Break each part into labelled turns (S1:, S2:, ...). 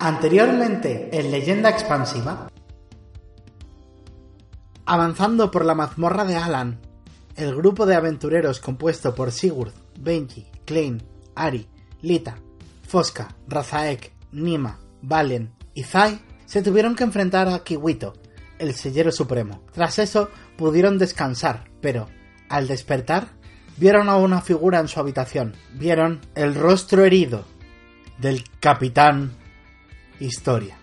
S1: Anteriormente, en Leyenda Expansiva. Avanzando por la mazmorra de Alan, el grupo de aventureros compuesto por Sigurd, Benji, Klein, Ari, Lita, Fosca, Razaek, Nima, Valen y Zai se tuvieron que enfrentar a Kiwito, el sellero supremo. Tras eso, pudieron descansar, pero, al despertar, vieron a una figura en su habitación. Vieron el rostro herido del capitán historia.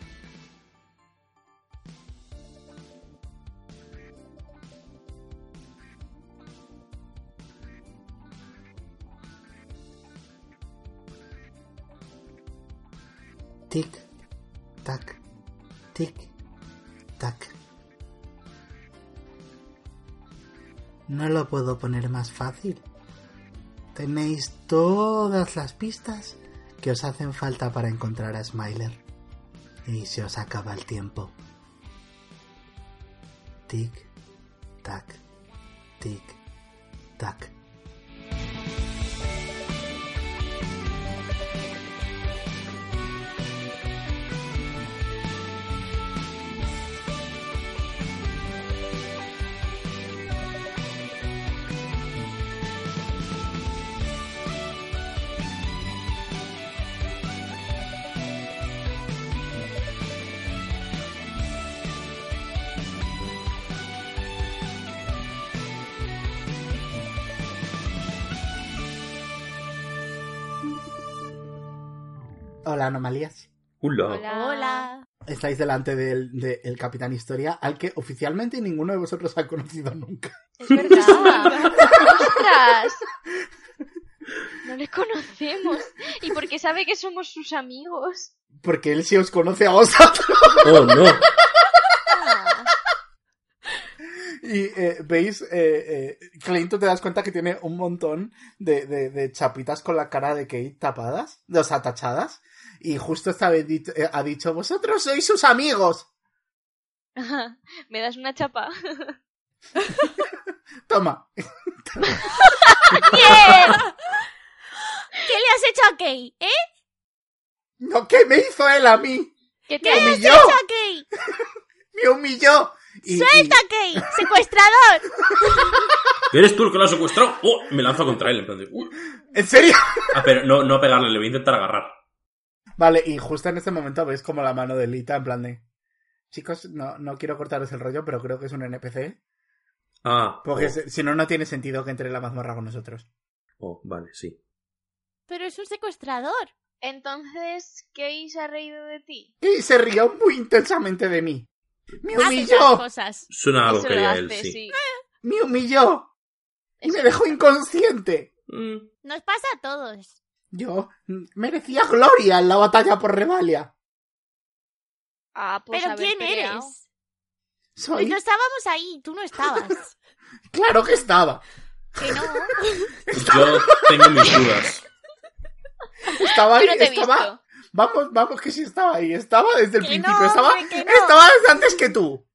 S1: Tic, tac, tic, tac. No lo puedo poner más fácil. Tenéis todas las pistas que os hacen falta para encontrar a Smiler y se os acaba el tiempo. Tic, tac, tic, tac. Hola, anomalías.
S2: Hola.
S3: Hola.
S4: Hola.
S1: Estáis delante del, de- el Capitán Historia, al que oficialmente ninguno de vosotros ha conocido nunca.
S3: Es verdad.
S4: ¡Ostras! No le conocemos. ¿Y porque sabe que somos sus amigos?
S1: Porque él sí os conoce a vosotros.
S2: Oh, no.
S3: Ah,
S1: Y eh, veis, eh, eh, Clint, tú te das cuenta que tiene un montón de, de- de chapitas con la cara de Kate tapadas, de- o sea, tachadas. Y justo esta vez dit- eh, ha dicho, vosotros sois sus amigos.
S4: ¿Me das una chapa?
S1: Toma.
S3: ¡Bien! ¿Qué le has hecho a Kay? ¿Eh?
S1: No, ¿qué me hizo él a mí?
S4: ¿Qué
S1: Me
S4: te
S1: humilló,
S3: ¿Qué le has hecho a Kay?
S1: me humilló. Y, y-
S3: ¡Suelta, Kay! ¡Secuestrador!
S2: ¿Eres tú el que lo ha secuestrado? ¡Oh! Me lanzo contra él. En plan de, "Uy".
S1: ¿En serio?
S2: Ah, pero no, no a pegarle, le voy a intentar agarrar.
S1: Vale, y justo en este momento veis como la mano de Lita en plan de... Chicos, no, no quiero cortaros el rollo, pero creo que es un NPC.
S2: Ah.
S1: Porque
S2: oh,
S1: se- si no, no tiene sentido que entre en la mazmorra con nosotros.
S2: oh, vale, sí.
S3: Pero es un secuestrador.
S4: Entonces, ¿Key se ha reído de ti?
S1: Y se rió muy intensamente de mí. Me
S3: Hace esas
S1: humilló,
S3: cosas.
S2: Suena a algo
S4: Eso
S2: que
S4: lo
S2: haría
S4: hace,
S2: él, sí.
S1: me humilló. Y
S4: Eso
S1: me dejó inconsciente.
S2: Mm.
S3: Nos pasa a todos.
S1: Yo mm, merecía gloria en la batalla por Revalia.
S4: Ah, pues
S3: ¿Pero
S4: haber
S3: quién
S4: peleado.
S3: eres?
S1: Soy...
S3: No estábamos ahí, tú no estabas.
S1: Claro que estaba.
S3: que no.
S2: Yo tengo mis dudas.
S1: Estaba ahí,
S4: Yo no te he
S1: estaba...
S4: visto.
S1: Vamos, vamos, que sí estaba ahí. Estaba desde el
S3: Que
S1: principio.
S3: no,
S1: estaba,
S3: hombre, que no.
S1: estaba desde antes que tú.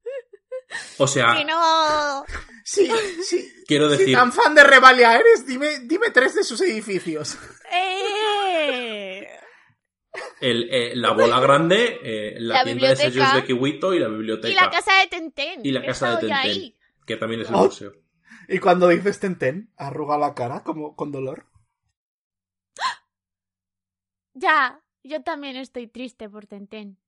S2: O sea,
S3: Que no.
S1: Sí, sí.
S2: quiero
S1: Si
S2: decir.
S1: tan fan de Revalia eres, dime, dime tres de sus edificios.
S3: Eh.
S2: El, eh, la bola grande, eh, la,
S4: La
S2: tienda de sellos
S4: biblioteca.
S2: de Kiwito y la biblioteca.
S3: Y la casa de Tenten.
S2: Y la
S3: He
S2: casa de
S3: estado yo
S2: Tenten.
S3: ahí.
S2: Que también es el
S1: Oh.
S2: museo.
S1: Y cuando dices Tenten, arruga la cara como con dolor.
S3: Ya, yo también estoy triste por Tenten.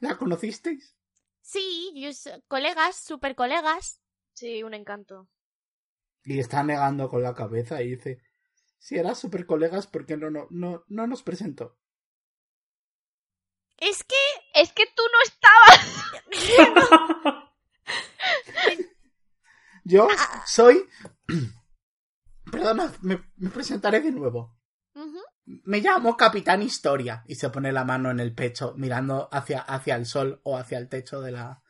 S1: ¿La conocisteis?
S3: Sí, yo so- colegas, super colegas.
S4: Sí, un encanto.
S1: Y está negando con la cabeza y dice, si eras super colegas, ¿por qué no, no, no, no nos presentó?
S3: Es que
S4: Es que tú no estabas.
S1: Yo
S3: Ah.
S1: soy... Perdona, me, me presentaré de nuevo.
S3: Ujú.
S1: Me llamo Capitán Historia. Y se pone la mano en el pecho, mirando hacia, hacia el sol o hacia el techo de la,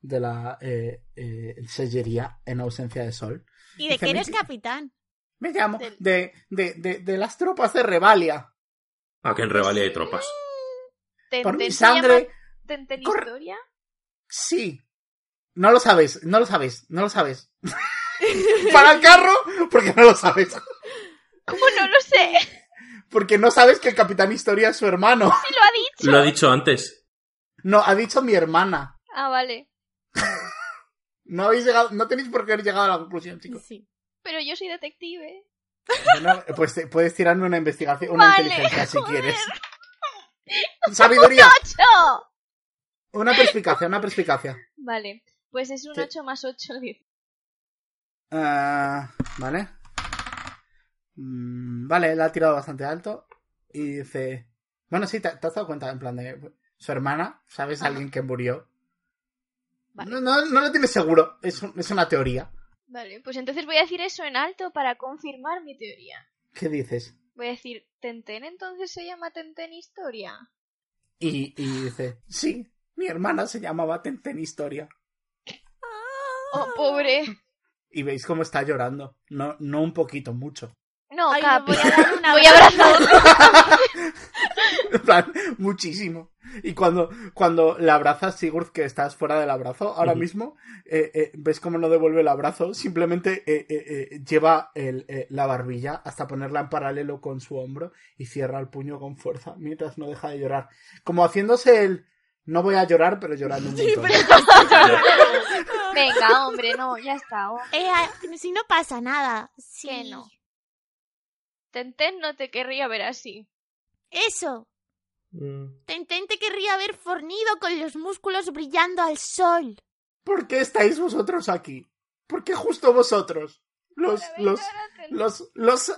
S1: de la eh, eh, sellería en ausencia de sol.
S3: ¿Y de
S1: Dice,
S3: qué
S1: "Me
S3: eres
S1: ll-
S3: capitán?
S1: Me llamo
S3: Del-
S1: de, de, de, de las tropas de Revalia.
S2: Ah, que en Revalia hay tropas.
S4: ¿Ten,
S1: Por mi
S4: ten- se llama
S1: sangre.
S4: ten- ten
S1: corre-
S4: historia?
S1: Sí. No lo sabes, no lo sabes, no lo sabes. Para el carro, porque no lo sabes.
S4: ¿Cómo no lo sé?
S1: Porque no sabes que el Capitán Historia es su hermano.
S4: ¡Sí lo ha dicho!
S2: Lo ha dicho antes.
S1: No, ha dicho mi hermana.
S4: Ah, vale.
S1: No habéis llegado, no tenéis por qué haber llegado a la conclusión, chicos.
S3: Sí.
S4: Pero yo soy detective.
S1: Bueno, pues te- puedes tirarme una investigación, una
S4: Vale,
S1: inteligencia si
S4: joder.
S1: quieres. Sabiduría,
S4: ¡Ocho!
S1: una perspicacia, una perspicacia.
S4: Vale. Pues es un
S1: Sí.
S4: 8 más 8, 10.
S1: Ah, vale. Mm, vale, la ha tirado bastante alto. Y dice. Bueno, sí, te, te has dado cuenta, en plan de. Su hermana, ¿sabes?
S4: Ajá.
S1: Alguien que murió.
S4: Vale.
S1: No, no, no lo tienes seguro. Es, un- es una teoría.
S4: Vale, pues entonces voy a decir eso en alto para confirmar mi teoría.
S1: ¿Qué dices?
S4: Voy a decir, ¿Tenten entonces se llama Tenten Historia?
S1: Y, y dice: Sí, mi hermana se llamaba Tenten Historia.
S4: ¡Oh, pobre!
S1: Y veis cómo está llorando. No, no un poquito, mucho.
S4: No,
S3: Ay,
S4: Cap.
S3: le voy a dar un
S4: Voy a
S3: abrazo.
S4: abrazar.
S1: En plan, muchísimo. Y cuando, cuando le abrazas, Sigurd, que estás fuera del abrazo ahora
S2: Ujú.
S1: mismo, eh, eh, ves cómo no devuelve el abrazo, simplemente eh, eh, eh, lleva el, eh, la barbilla hasta ponerla en paralelo con su hombro y cierra el puño con fuerza, mientras no deja de llorar. Como haciéndose el... No voy a llorar, pero llorando un montón.
S4: Venga, hombre, no, ya está. oh.
S3: Eh, ah, si no pasa nada. Sí.
S4: Que no. Tenten no te querría ver así.
S3: Eso.
S1: Mm.
S3: Tenten te querría haber fornido con los músculos brillando al sol.
S1: ¿Por qué estáis vosotros aquí? ¿Por qué justo vosotros? Los,
S4: Para ver
S1: los,
S4: ahora a Tenten.
S1: los, los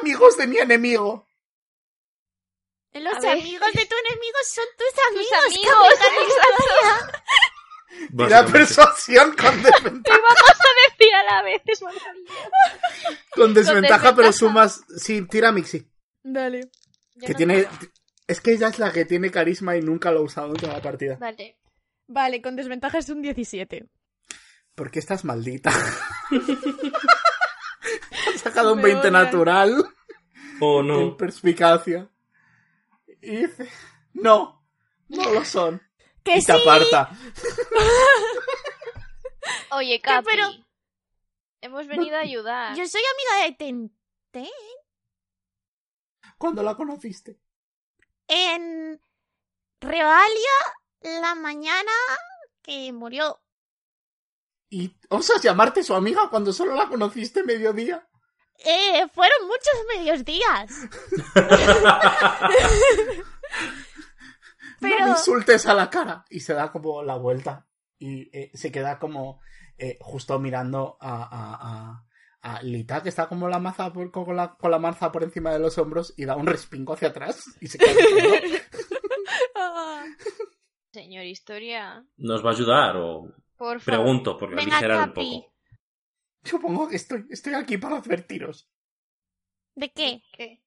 S1: amigos de mi enemigo.
S3: Los
S4: A ver.
S3: amigos de tu enemigo son tus amigos.
S4: tus amigos,
S3: capitán.
S4: exacto.
S1: Y la
S2: Básicamente.
S1: persuasión con desventaja.
S4: Te íbamos a decir a la vez, es maravilloso.
S1: Con desventaja,
S4: desventaja.
S1: pero sumas. Sí, tira Mixi.
S3: Dale.
S4: Yo
S1: que
S4: no
S1: tiene.
S4: tengo-
S1: Es que ella es la que tiene carisma y nunca lo ha usado en toda la partida.
S4: Vale.
S5: Vale, con desventaja es un 17.
S1: ¿Por qué estás maldita? ha sacado un
S5: Me
S1: 20
S5: odian.
S1: natural
S2: Oh,
S1: en
S2: no.
S1: perspicacia. Y dice: No, no lo son.
S3: Que
S1: y
S3: sí.
S1: te aparta.
S4: Oye, Capi.
S3: pero-
S4: Hemos venido a ayudar.
S3: Yo soy amiga de Tenten
S1: Cuando la conociste.
S3: en Revalia la mañana que murió.
S1: ¿Y osas llamarte su amiga cuando solo la conociste mediodía?
S3: Eh, fueron muchos medios días.
S1: No
S3: Pero-
S1: me insultes a la cara. Y se da como la vuelta. Y eh, se queda como eh, justo mirando a, a, a- a Lita, que está como la maza por- con, la, con la marza por encima de los hombros y da un respingo hacia atrás. Y se queda mirando.
S4: Señor Historia,
S2: ¿Nos va a ayudar o...?
S4: por favor.
S2: Pregunto, porque la
S3: Venga,
S2: ligera un
S3: Capi.
S2: poco.
S1: Supongo que estoy, estoy aquí para advertiros
S3: ¿De qué?
S4: ¿Qué?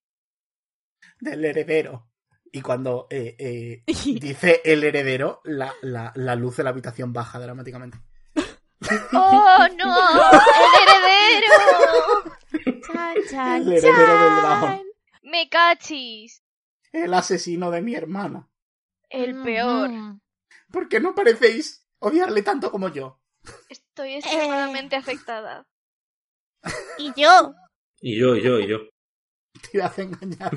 S1: del heredero. Y cuando eh, eh, dice el heredero, la, la, la luz de la habitación baja dramáticamente.
S4: ¡Oh, no! ¡El heredero!
S3: Chan, chan,
S1: El heredero del
S3: chan.
S1: dragón.
S4: ¡Me cachis!
S1: El asesino de mi hermana.
S4: El peor.
S3: Mm.
S1: ¿Por qué no parecéis odiarle tanto como yo?
S4: Estoy extremadamente afectada.
S3: Y yo.
S2: Y yo, y yo, y yo.
S1: Te hace engañar.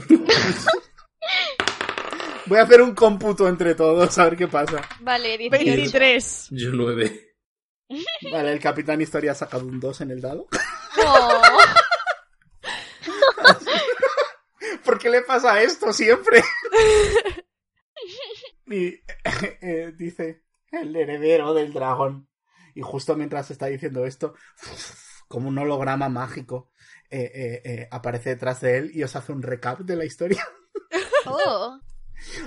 S1: Voy a hacer un cómputo entre todos, a ver qué pasa.
S4: Vale, 18.
S5: 23.
S2: Yo nueve.
S1: Vale, el capitán historia ha sacado un 2 en el dado.
S4: No.
S1: ¿Por qué le pasa esto siempre? y eh, eh, dice, el heredero del dragón. Y justo mientras está diciendo esto, como un holograma mágico, eh, eh, eh, aparece detrás de él y os hace un recap de la historia.
S4: Oh.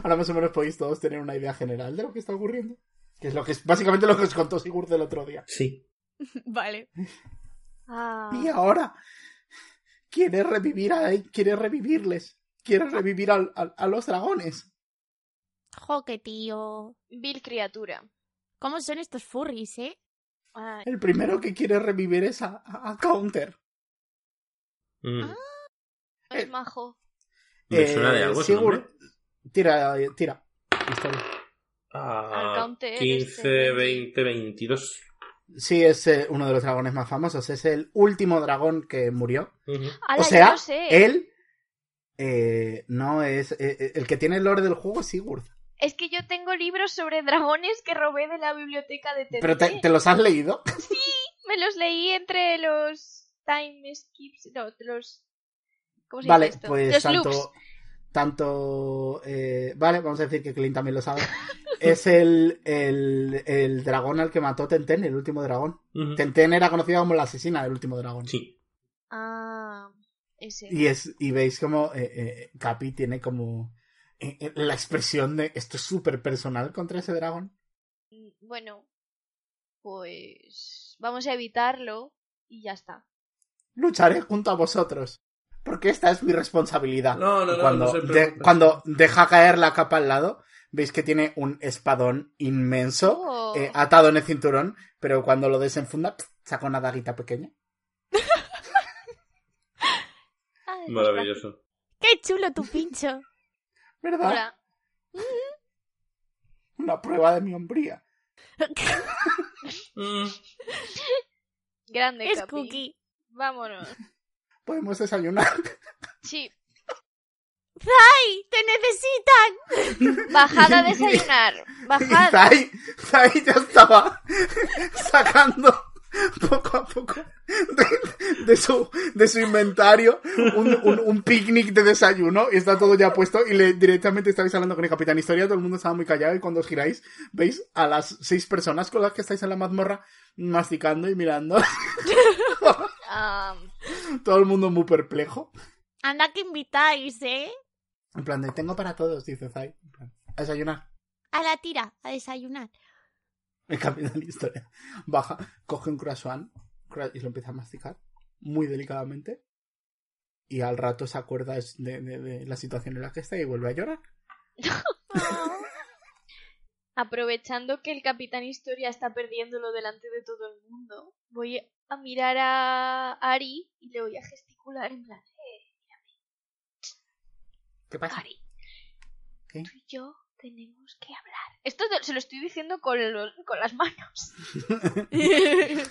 S1: Ahora más o menos podéis todos tener una idea general de lo que está ocurriendo. Que es lo que es básicamente lo que os contó Sigurd del otro día.
S2: Sí.
S5: Vale.
S4: Ah.
S1: Y ahora quiere revivir a quiere revivirles. Quiere revivir al- al- a los dragones.
S3: Jo, qué tío.
S4: Vil criatura. Ah,
S3: ¿Cómo son estos furries, eh?
S4: Ay,
S1: El primero que quiere revivir es a, a- a Counter.
S2: Mm.
S4: Ah. es majo.
S2: ¿Me
S1: Eh,
S2: suena de algo ese
S1: Sigurd,
S2: nombre?
S1: Tira, eh, tira. Historia.
S2: Ah,
S4: Al counter,
S2: 15,
S4: este,
S2: 20, 22.
S1: Sí, es eh, uno de los dragones más famosos. Es el último dragón que murió.
S2: Ujú.
S4: Ala,
S1: o
S4: yo
S1: sea,
S4: lo sé.
S1: él eh, no es. eh, eh, el que tiene el lore del juego es Sigurd.
S4: Es que yo tengo libros sobre dragones que robé de la biblioteca de TT.
S1: Pero te, te los has leído.
S4: Me los leí entre los time skips. No, los. ¿Cómo se
S1: vale,
S4: dice esto?
S1: pues
S4: los
S1: tanto.
S4: looks.
S1: Tanto. eh, vale, vamos a decir que Clint también lo sabe. es el, el, el dragón al que mató Tenten, el último dragón.
S2: Ujú.
S1: Tenten era conocida como la asesina del último dragón.
S2: Sí.
S4: Ah, ese.
S1: Y, es, y veis como eh, eh, Capi tiene como eh, eh, la expresión de esto es súper personal contra ese dragón.
S4: Mm, Bueno, pues vamos a evitarlo y ya está.
S1: Lucharé junto a vosotros. Porque esta es mi responsabilidad.
S2: No, no, no,
S1: Y cuando,
S2: no se
S1: de-
S2: preocupe.
S1: cuando deja caer la capa al lado, veis que tiene un espadón inmenso
S4: Oh,
S1: eh, atado en el cinturón, pero cuando lo desenfunda, pf, saca una daguita pequeña.
S4: ah, es
S2: Maravilloso.
S3: ¡Qué chulo tu pincho!
S1: ¿Verdad?
S4: fácil. Hola.
S1: Una prueba de mi hombría.
S2: Mm.
S4: Grande,
S3: es
S4: Capi.
S3: Cookie.
S4: Vámonos.
S1: Podemos desayunar.
S4: Sí.
S3: ¡Ay! ¡Te necesitan!
S4: Bajad a desayunar.
S1: Y
S4: Bajad.
S1: Zai, Zai ya estaba sacando poco a poco de, de su, de su inventario un, un- un picnic de desayuno y está todo ya puesto y le, directamente estáis hablando con el capitán historia, todo el mundo estaba muy callado y cuando os giráis veis a las seis personas con las que estáis en la mazmorra masticando y mirando,
S4: Ah,
S1: todo el mundo muy perplejo.
S3: Anda que invitáis, ¿eh?
S1: En plan, de, tengo para todos, dice Zai. En plan, A desayunar.
S3: A la tira, a desayunar.
S1: El capitán historia. Baja, coge un croissant cro- y lo empieza a masticar muy delicadamente. Y al rato se acuerda es- de, de- de la situación en la que está y vuelve a llorar.
S4: ah. aprovechando que el capitán Historia está perdiéndolo delante de todo el mundo, voy a mirar a Ari y le voy a gesticular en plan, "Eh,
S1: ¿Qué pasa?
S4: Ari,
S1: ¿Qué?
S4: tú y yo tenemos que hablar. Esto te- se lo estoy diciendo con, lo- con las manos.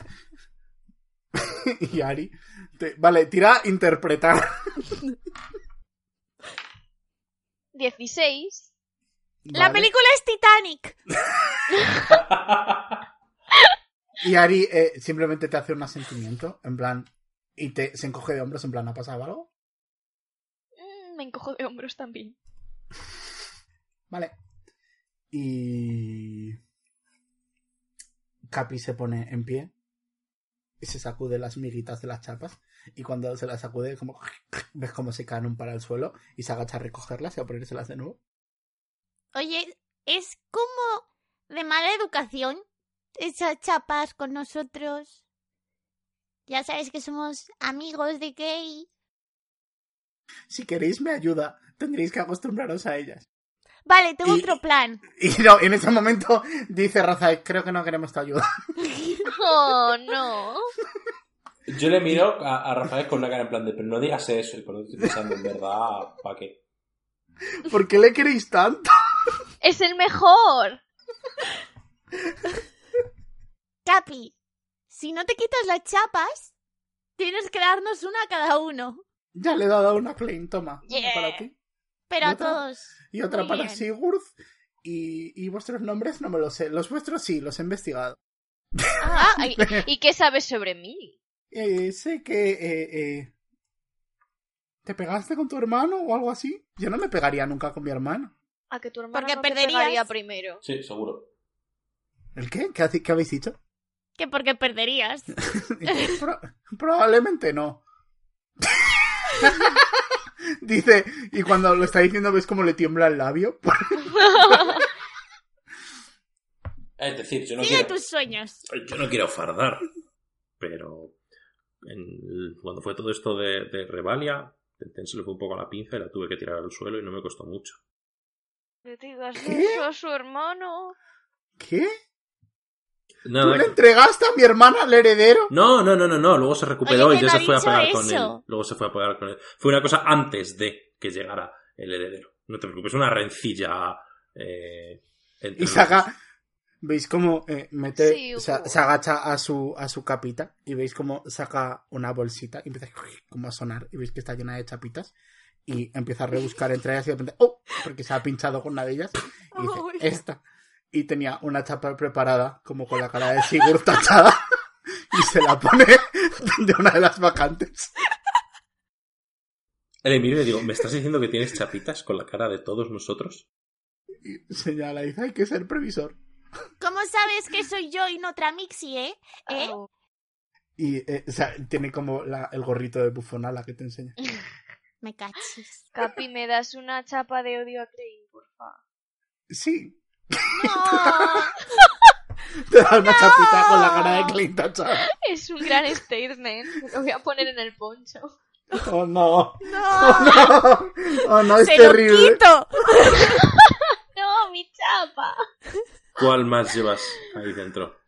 S1: y Ari. te- Vale, tira a interpretar.
S4: 16.
S3: La
S1: Vale.
S3: película es Titanic.
S1: Y Ari eh, simplemente te hace un asentimiento, en plan. Y te, se encoge de hombros, en plan, ¿ha pasado algo?
S4: Mm, me encojo de hombros también.
S1: Vale. Y. Capi se pone en pie y se sacude las miguitas de las chapas. Y cuando se las sacude, como ves cómo se caen un para el suelo y se agacha a recogerlas y a ponérselas de nuevo.
S3: Oye, es como de mala educación esas chapas con nosotros. Ya sabes que somos amigos de gay.
S1: Si queréis me ayuda, tendréis que acostumbraros a ellas.
S3: Vale, tengo
S1: Y-
S3: otro plan.
S1: Y no, en ese momento dice Raza, creo que no queremos tu ayuda.
S4: Oh, no.
S2: Yo le miro a, a Rafael con una cara en plan de, pero no digas eso. Y por lo que estoy pensando, en verdad, ¿para qué?
S1: ¿Por qué le queréis tanto?
S4: Es el mejor.
S3: Capi, si no te quitas las chapas, tienes que darnos una a cada uno.
S1: Ya le he dado una claim, toma. una
S4: Yeah.
S1: para ti
S3: Pero
S1: ¿Y
S3: a
S1: otra?
S3: todos.
S1: y otra
S3: Muy
S1: para
S3: bien.
S1: Sigurd. Y, y vuestros nombres no me los sé. Los vuestros sí, los he investigado.
S4: Ah, ¿y, ¿Y qué sabes sobre mí?
S1: Eh, sé que eh, eh, te pegaste con tu hermano o algo así. Yo no me pegaría nunca con mi hermano.
S4: A que tu hermano
S3: Porque
S4: no te
S3: perderías.
S4: pegaría primero.
S2: Sí, seguro.
S1: ¿El qué? ¿Qué, hace- qué habéis dicho?
S3: Que porque perderías.
S1: Pro- probablemente no. Dice, y cuando lo está diciendo ves cómo le tiembla el labio.
S2: Es decir, yo no
S3: Sigue
S2: quiero,
S3: tus sueños.
S2: yo no quiero fardar. Pero en- cuando fue todo esto de, de Revalia,
S6: Tenten se le fue un poco a la pinza y la tuve que tirar al suelo y no me costó mucho.
S4: No te digas
S1: ¿Qué?
S4: eso a su hermano.
S1: ¿Qué? ¿Tú
S6: Nada,
S1: le entregaste a mi hermana al heredero?
S6: No, no, no, no, no. Luego se recuperó
S3: Oye,
S6: y
S3: ¿quién
S6: ya
S3: ha
S6: se fue a
S3: dicho
S6: pegar con
S3: eso?
S6: él. Luego se fue a pegar con él. Fue una cosa antes de que llegara el heredero. No te preocupes, una rencilla. Eh, entre
S1: Y
S6: los dos.
S1: Saga, veis cómo eh, mete,
S4: Sí,
S1: o sea,
S4: ujú.
S1: se agacha a su, a su capita y veis cómo saca una bolsita y empieza como a sonar y veis que está llena de chapitas y empieza a rebuscar entre ellas y de repente, ¡oh! Porque se ha pinchado con una de ellas y dice,
S4: Uy.
S1: ¡esta! Y tenía una chapa preparada como con la cara de Sigurd tachada y se la pone de una de las vacantes.
S6: Le miro y le digo, ¿me estás diciendo que tienes chapitas con la cara de todos nosotros?
S1: Y señala y dice, hay que ser previsor.
S3: ¿Cómo sabes que soy yo y no otra Mixi, eh? ¿Eh?
S4: Au.
S1: Y, eh, o sea, tiene como la- el gorrito de bufona la que te enseña.
S3: Me cachis.
S4: Capi, me das una chapa de odio a Crane, porfa.
S1: Sí,
S3: ¡No!
S1: Te da una chapita con la cara de Clint tachada.
S4: Es un gran statement. Lo voy a poner en el poncho.
S1: Oh no.
S3: ¡No!
S1: Oh no. Oh no, es
S5: ¡Se lo
S1: terrible.
S5: quito!
S4: No, mi chapa.
S6: ¿Cuál más llevas ahí dentro?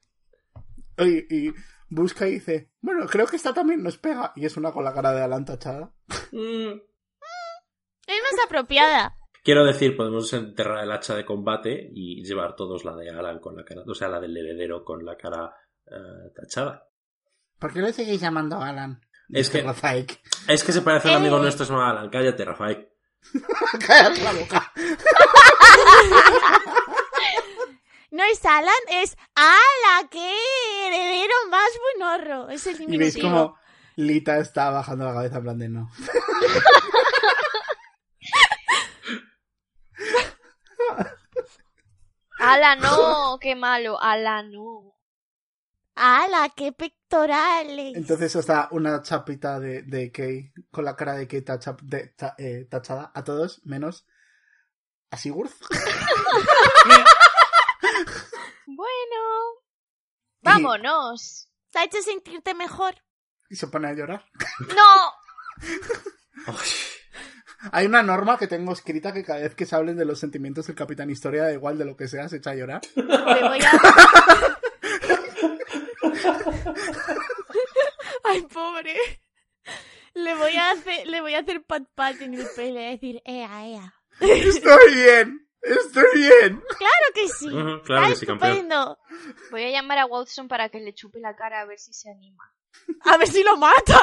S1: Y, y busca y dice, bueno, creo que esta también nos pega. Y es una con la cara de Alan tachada.
S6: Mm,
S3: Es más apropiada.
S6: Quiero decir, podemos enterrar el hacha de combate y llevar todos la de Alan con la cara, o sea, la del heredero con la cara eh, tachada.
S1: ¿Por qué le seguís llamando Alan?
S6: Es
S1: Dice
S6: que-
S1: Razaek.
S6: Es que se parece a un amigo
S3: Eh.
S6: nuestro, se llama Alan. Cállate, Rafael.
S1: Cállate la boca.
S3: No es Alan, es Ala, qué heredero más buenorro. Es el
S1: Y veis
S3: diminutivo.
S1: como Lita está bajando la cabeza en plan de no.
S4: Ala no, qué malo. Ala no.
S3: Ala, qué pectorales.
S1: Entonces está una chapita de, de Kay con la cara de Kay tacha- de- ta- eh, tachada a todos, menos a Sigurd.
S4: Bueno. Vámonos.
S3: ¿Te ha hecho sentirte mejor?
S1: Y se pone a llorar.
S4: No.
S1: Hay una norma que tengo escrita que cada vez que se hablen de los sentimientos del Capitán Historia, da igual de lo que sea, se echa a llorar.
S4: Le voy a...
S3: Ay, pobre. Le voy a hacer, le voy a hacer pat pat en el pelo y voy a decir, ea, ea.
S1: ¡Estoy bien! ¡Estoy bien!
S3: Claro que sí.
S6: Ujú, claro
S3: Está
S6: que sí, campeón.
S3: estupendo.
S4: voy a llamar a Watson para que le chupe la cara a ver si se anima.
S5: A ver si lo mata.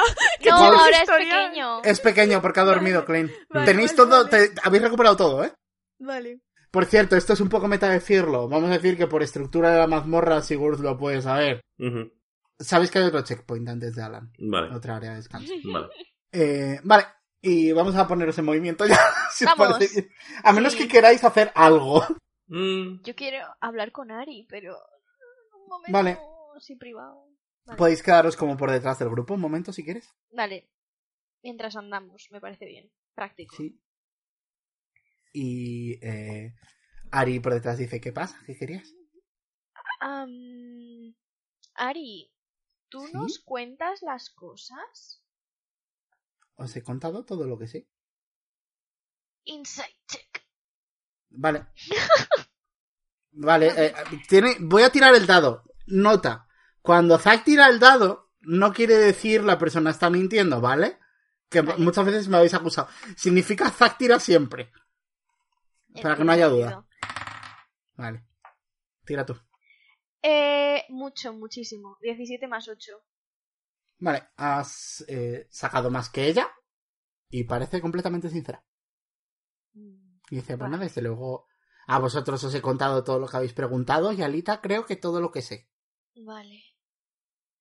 S4: No,
S1: tal
S4: ahora es
S5: historia?
S4: pequeño.
S1: Es pequeño porque ha dormido, Klein.
S5: vale,
S1: Tenéis
S5: vale,
S1: todo,
S5: vale.
S1: te- habéis recuperado todo, ¿eh?
S5: Vale.
S1: Por cierto, esto es un poco meta decirlo. Vamos a decir que por estructura de la mazmorra, Sigurd lo puede saber.
S6: Ujú.
S1: Sabéis que hay otro checkpoint antes de Alan.
S6: Vale,
S1: Otra área de descanso.
S6: vale.
S1: Eh, vale, y vamos a poneros en movimiento ya. Si os
S4: Vamos.
S1: parece bien. A menos
S4: Sí.
S1: que queráis hacer algo.
S6: Mm,
S4: Yo quiero hablar con Ari, pero... Un momento
S1: Vale.
S4: así privado. Vale.
S1: Podéis quedaros como por detrás del grupo un momento si quieres.
S4: Vale. Mientras andamos, me parece bien. Práctico.
S1: Sí. Y eh, Ari por detrás dice, ¿qué pasa? ¿Qué querías?
S4: Am, Ari, ¿tú
S1: ¿Sí?
S4: nos cuentas las cosas?
S1: Os he contado todo lo que sé.
S4: Insight check.
S1: Vale. Vale, eh, tiene, voy a tirar el dado. Nota, cuando Zack tira el dado, no quiere decir la persona está mintiendo, ¿vale? Que
S4: Vale.
S1: muchas veces me habéis acusado. Significa Zack tira siempre. Para que no haya duda.
S4: Entendido.
S1: Vale. Tira tú.
S4: Eh, mucho, muchísimo. 17 más 8.
S1: Vale, has eh, sacado más que ella y parece completamente sincera.
S4: Mm,
S1: Y dice, bueno,
S4: Vale.
S1: desde luego a vosotros os he contado todo lo que habéis preguntado y a Alita creo que todo lo que sé.
S4: Vale.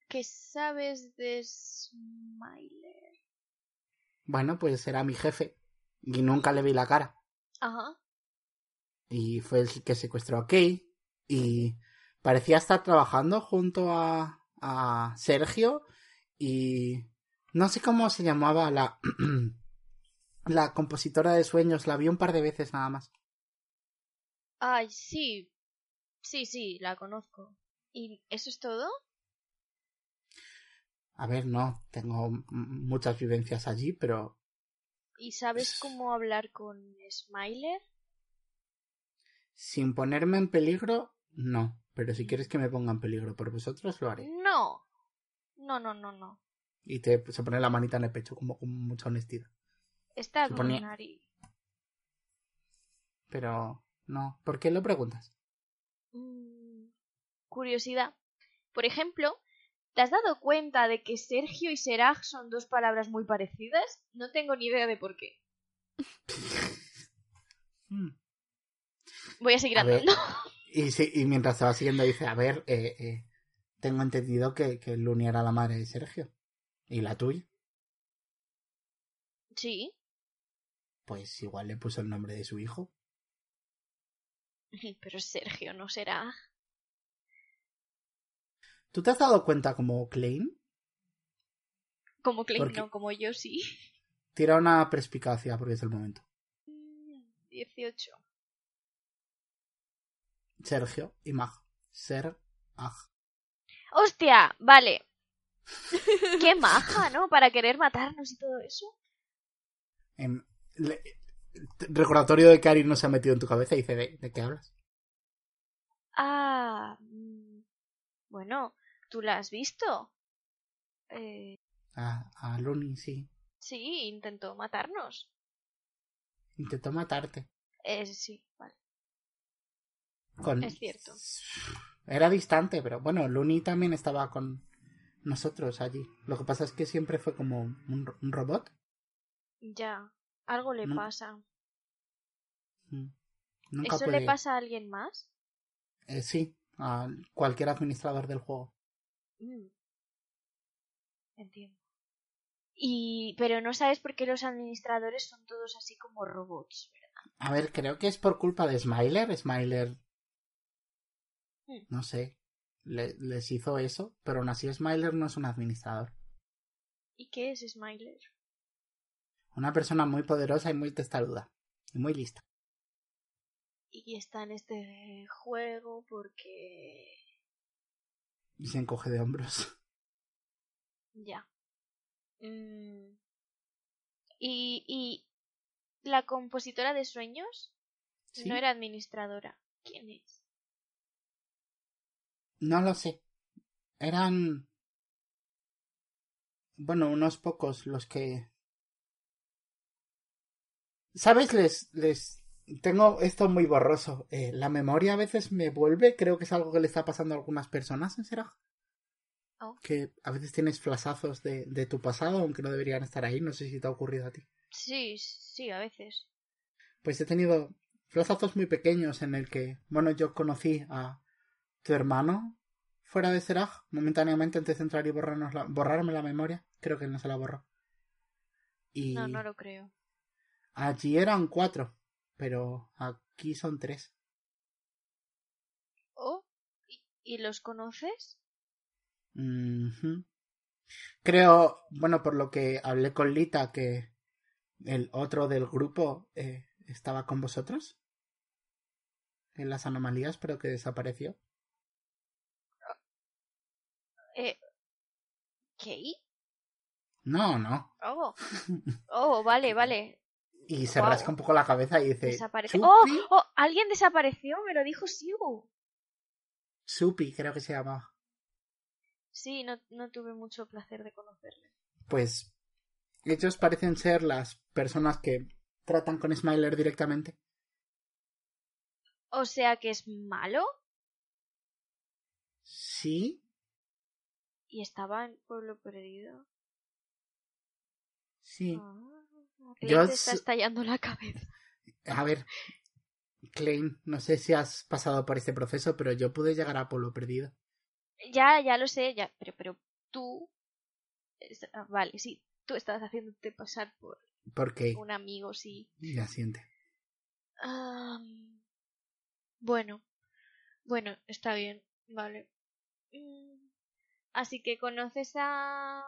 S4: ¿Qué sabes de Smiler?
S1: Bueno, pues era mi jefe y nunca le vi la cara.
S4: Ajá.
S1: Y fue el que secuestró a Kay y parecía estar trabajando junto a, a Sergio y no sé cómo se llamaba la... La compositora de sueños la vi un par de veces nada más.
S4: Ay, sí. Sí, sí, la conozco. ¿Y eso es todo?
S1: A ver, no, tengo m- muchas vivencias allí, pero
S4: ¿Y sabes cómo hablar con Smiler?
S1: Sin ponerme en peligro, no. Pero si quieres que me ponga en peligro por vosotros, lo haré.
S4: No. No, no, no, no.
S1: Y te, se pone la manita en el pecho como con mucha honestidad.
S4: Está
S1: Se
S4: con
S1: ponía-
S4: Ari.
S1: Pero no, ¿por qué lo preguntas?
S4: Mm, curiosidad. Por ejemplo, ¿te has dado cuenta de que Sergio y Seraj son dos palabras muy parecidas? No tengo ni idea de por qué.
S1: Mm.
S4: Voy a seguir
S1: A ver.
S4: andando.
S1: Y, sí, y mientras te va siguiendo dice, a ver, eh, eh, tengo entendido que, que Luni era la madre de Sergio. ¿Y la tuya?
S4: Sí.
S1: Pues igual le puso el nombre de su hijo.
S4: Pero Sergio no será.
S1: ¿Tú te has dado cuenta como Klein?
S4: Como Clay,
S1: Porque-
S4: no, como yo sí.
S1: Tira una perspicacia porque es el momento.
S4: Mm, 18.
S1: Sergio y Mag. Ser, Aj.
S4: ¡Hostia! Vale. Qué maja, ¿no? Para querer matarnos y todo eso.
S1: Em, le- recordatorio de que Ari no se ha metido en tu cabeza y dice, ¿de, de qué hablas?
S4: Ah. mm, Bueno, ¿tú la has visto? Eh,
S1: A, a Luni, sí.
S4: sí, intentó matarnos.
S1: Intentó matarte.
S4: Eh, sí, vale.
S1: Con-
S4: Es cierto.
S1: Era distante, pero bueno, Luni también estaba con nosotros allí. Lo que pasa es que siempre fue como un, ro- un robot.
S4: Ya, algo le
S1: No,
S4: pasa.
S1: Mm. Nunca
S4: ¿Eso
S1: puede-
S4: le pasa a alguien más?
S1: Eh, sí, a cualquier administrador del juego.
S4: Mm. Entiendo. Y, pero no sabes por qué los administradores son todos así como robots. ¿verdad?
S1: A ver, creo que es por culpa de Smiler. Smiler.
S4: Hmm.
S1: No sé. le- les hizo eso, pero aún así Smiler no es un administrador.
S4: ¿Y qué es Smiler?
S1: Una persona muy poderosa y muy testaruda. Y muy lista.
S4: Y está en este juego porque...
S1: Y se encoge de hombros.
S4: Ya. Mm. Y, y la compositora de sueños
S1: ¿Sí?
S4: no era administradora. ¿Quién es?
S1: No lo sé. Eran. Bueno, unos pocos los que. ¿Sabes? Les. les... Tengo esto muy borroso. Eh, la memoria a veces me vuelve. Creo que es algo que le está pasando a algunas personas en Seraj.
S4: Oh.
S1: Que a veces tienes flasazos de, de tu pasado, aunque no deberían estar ahí. No sé si te ha ocurrido a ti.
S4: Sí, sí, a veces.
S1: Pues he tenido flashazos muy pequeños en el que, bueno, yo conocí a tu hermano fuera de Seraj, momentáneamente antes de entrar y borrarnos la- borrarme la memoria. Creo que él no se la borró. Y
S4: No, no lo creo.
S1: allí eran cuatro, pero aquí son tres.
S4: Oh, ¿y- ¿y los conoces?
S1: Ujú. Creo, bueno, por lo que hablé con Lita, que el otro del grupo eh, estaba con vosotros en las anomalías, pero que desapareció.
S4: ¿Qué?
S1: No, no,
S4: Oh, oh, vale, vale.
S1: Y se
S4: Guau.
S1: rasca un poco la cabeza y dice:
S4: Desaparece.
S1: "Supi,
S4: ¡Oh! ¡Oh! ¡Alguien desapareció! Me lo dijo Siu.
S1: Supi, creo que se llama.
S4: Sí, no, no tuve mucho placer de conocerle.
S1: Pues ellos parecen ser las personas que tratan con Smiler directamente.
S4: O sea que es malo
S1: Sí,
S4: y estaba en Pueblo Perdido.
S1: sí.
S4: Ah,
S1: Yo
S4: Clint está
S1: s-
S4: estallando la cabeza. Ah.
S1: A ver, Klein, no sé si has pasado por este proceso, pero yo pude llegar a Pueblo Perdido.
S4: Ya, ya lo sé, ya. Pero, pero tú. es- ah, Vale, sí. Tú estabas haciéndote pasar por
S1: Porque
S4: un amigo, sí.
S1: ya siente.
S4: Am, bueno, bueno, está bien, vale. Mm, Así que conoces a...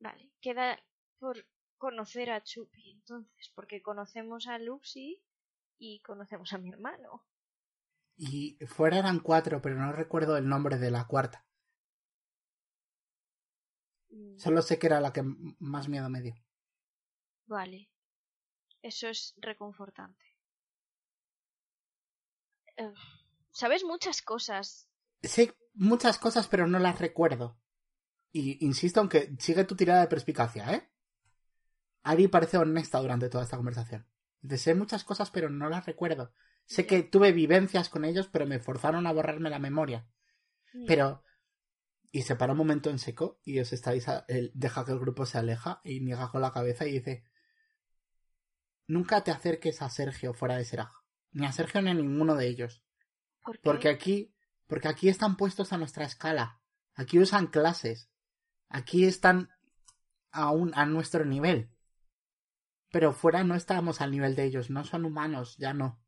S4: Vale, queda por conocer a Chupi, entonces, porque conocemos a Luxi y conocemos a mi hermano.
S1: Y fuera eran cuatro, pero no recuerdo el nombre de la cuarta.
S4: Mm,
S1: Solo sé que era la que m- más miedo me dio.
S4: Vale, Eso es reconfortante. Eh, Sabes muchas cosas.
S1: Sé muchas cosas, pero no las recuerdo. Y insisto, aunque sigue tu tirada de perspicacia, ¿eh? Ari parece honesta durante toda esta conversación. Dice, sé muchas cosas, pero no las recuerdo. Sé que tuve vivencias con ellos, pero me forzaron a borrarme la memoria. Pero... Y se para un momento en seco y os estáis... a- él deja que el grupo se aleja y niega con la cabeza y dice... Nunca te acerques a Sergio fuera de Seraj. Ni a Sergio ni a ninguno de ellos.
S4: ¿Por qué?
S1: Porque aquí, porque aquí están puestos a nuestra escala. Aquí usan clases. Aquí están a, un- a nuestro nivel. Pero fuera no estábamos al nivel de ellos. No son humanos, ya no.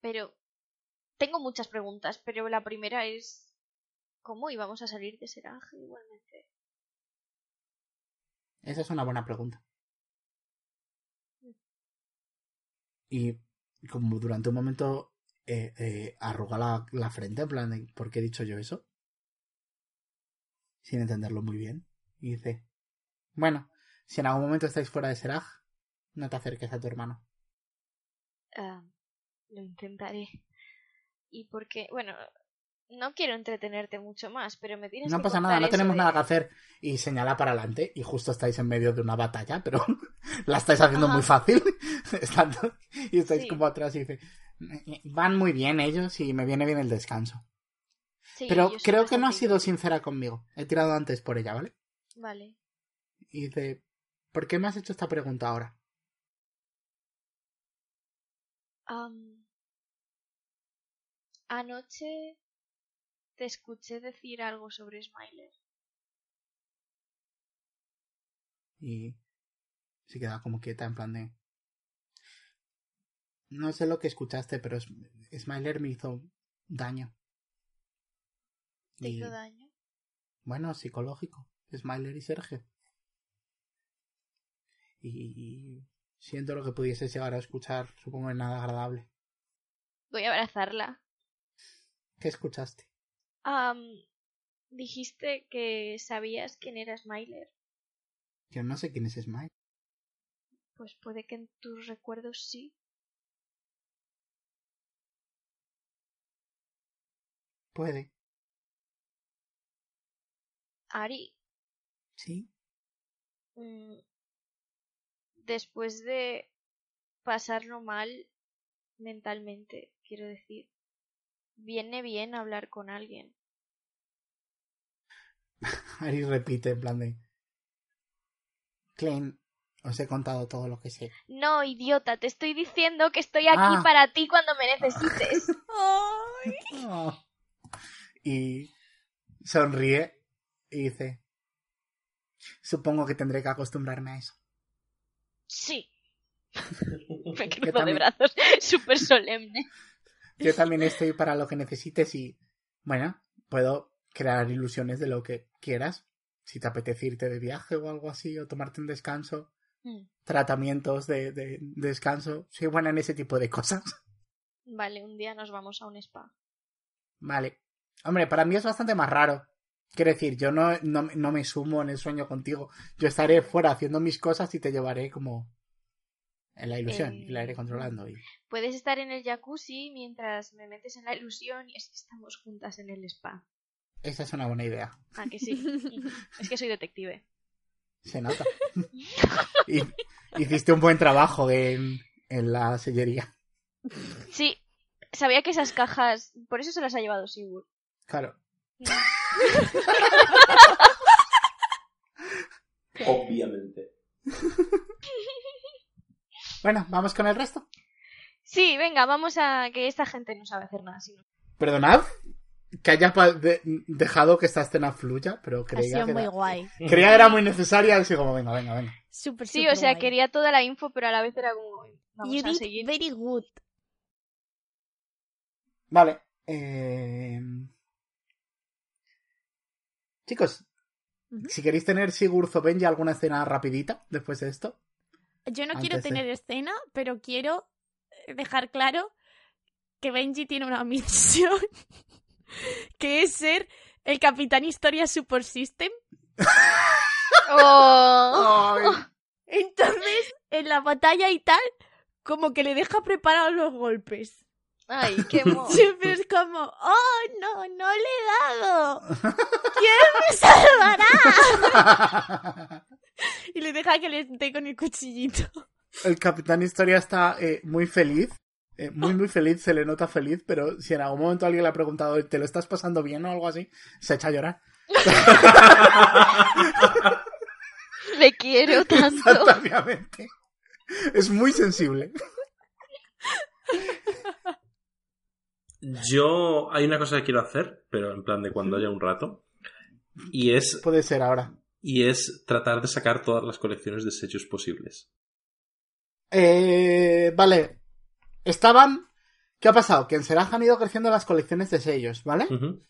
S4: Pero tengo muchas preguntas, pero la primera es ¿cómo íbamos a salir de Seraj igualmente?
S1: Esa es una buena pregunta. Y como durante un momento eh, eh, arruga la, la frente, en plan, de, ¿por qué he dicho yo eso? Sin entenderlo muy bien. Y dice, bueno, si en algún momento estáis fuera de Seraj, no te acerques a tu hermano.
S4: Ah, lo intentaré. Y porque, bueno, no quiero entretenerte mucho más, pero me tienes
S1: No
S4: que
S1: pasa
S4: contar
S1: nada, no
S4: eso
S1: tenemos
S4: de-
S1: nada que hacer. Y señala para adelante y justo estáis en medio de una batalla, pero la estáis haciendo
S3: Ajá.
S1: muy fácil. Están- y estáis
S4: Sí.
S1: como atrás y dice, "Mm, van muy bien ellos y me viene bien el descanso.
S4: Sí,
S1: pero
S4: yo soy
S1: creo que no has
S4: bastante-
S1: sido sincera conmigo. He tirado antes por ella, ¿vale?
S4: Vale.
S1: Y dice, ¿por qué me has hecho esta pregunta ahora?
S4: Am, Anoche te escuché decir algo sobre Smiler.
S1: Y se queda como quieta en plan de... No sé lo que escuchaste, pero Sm- Smiler me hizo daño.
S4: ¿Te hizo
S1: Y-
S4: daño?
S1: Bueno, psicológico. Smiler y Sergio. Y siento lo que pudiese llegar a escuchar, supongo que nada agradable.
S4: Voy a abrazarla.
S1: ¿Qué escuchaste?
S4: Am, dijiste que sabías quién era Smiler.
S1: Yo no sé quién es Smile.
S4: Pues puede que en tus recuerdos sí.
S1: Puede.
S4: Ari,
S1: Sí.
S4: mm, después de pasarlo mal mentalmente, quiero decir, viene bien hablar con alguien.
S1: Ari repite en plan de... Klein, os he contado todo lo que sé.
S4: No, idiota, te estoy diciendo que estoy aquí
S1: Ah.
S4: para ti cuando me necesites.
S5: Ay.
S1: Oh. Y sonríe y dice... Supongo que tendré que acostumbrarme a eso.
S4: Sí. Me
S1: Yo
S4: cruzo de
S1: también.
S4: brazos, súper solemne.
S1: Yo también estoy para lo que necesites y, bueno, puedo crear ilusiones de lo que quieras. Si te apetece irte de viaje o algo así, o tomarte un descanso,
S4: Mm,
S1: tratamientos de, de descanso. Soy buena en ese tipo de cosas.
S4: Vale, un día nos vamos a un spa.
S1: Vale. Hombre, para mí es bastante más raro. Quiero decir, yo no, no, no me sumo en el sueño contigo. Yo estaré fuera haciendo mis cosas y te llevaré como en la ilusión y la iré controlando. Y...
S4: Puedes estar en el jacuzzi mientras me metes en la ilusión y así estamos juntas en el spa.
S1: Esa es una buena idea.
S4: Ah, que sí. Ujú. es que soy detective.
S1: Se nota. Y- Hiciste un buen trabajo en, en la sellería.
S4: Sí, sabía que esas cajas. Por eso se las ha llevado Sigurd.
S1: Claro.
S2: Obviamente.
S1: Bueno, vamos con el resto.
S4: Sí, venga, vamos a que esta gente no sabe hacer nada sino.
S1: Perdonad que haya pa- de- dejado que esta escena fluya, pero
S3: Ha
S1: creía
S3: sido
S1: que
S3: muy
S1: era,
S3: guay.
S1: creía que era muy necesaria. Así como, venga, venga, venga.
S3: Súper,
S4: Sí,
S3: súper
S4: o sea,
S3: guay.
S4: quería toda la info, pero a la vez era como. Vamos
S3: You
S4: a
S3: did
S4: seguir.
S3: very good.
S1: Vale. eh, Chicos,
S3: Ujú.
S1: si queréis tener Sigurd o Benji alguna escena rapidita después de esto,
S3: Yo no
S1: Antes
S3: quiero
S1: de-
S3: tener escena, pero quiero
S5: eh,
S3: dejar claro que Benji tiene una misión que es ser el capitán historia Super System.
S4: Oh.
S1: ¡Ay!
S3: Entonces,
S5: en la batalla y tal, como que le deja preparados los golpes.
S4: Ay, qué mono.
S5: Siempre es como, oh, no, no le he dado. ¿Quién me salvará? Y le deja que le dé con el cuchillito.
S1: El Capitán Historia está eh, muy feliz. eh, muy, muy feliz, se le nota feliz, pero si en algún momento alguien le ha preguntado, ¿te lo estás pasando bien o algo así? Se echa a llorar.
S4: Le quiero tanto.
S1: Exactamente. Es muy sensible.
S6: Yo hay una cosa que quiero hacer, pero en plan de cuando haya un rato, y es
S1: Puede ser ahora.
S6: y es tratar de sacar todas las colecciones de sellos posibles.
S1: Eh, vale. Estaban. ¿Qué ha pasado? Que en Seraj han ido creciendo las colecciones de sellos, ¿vale?
S6: Ujú,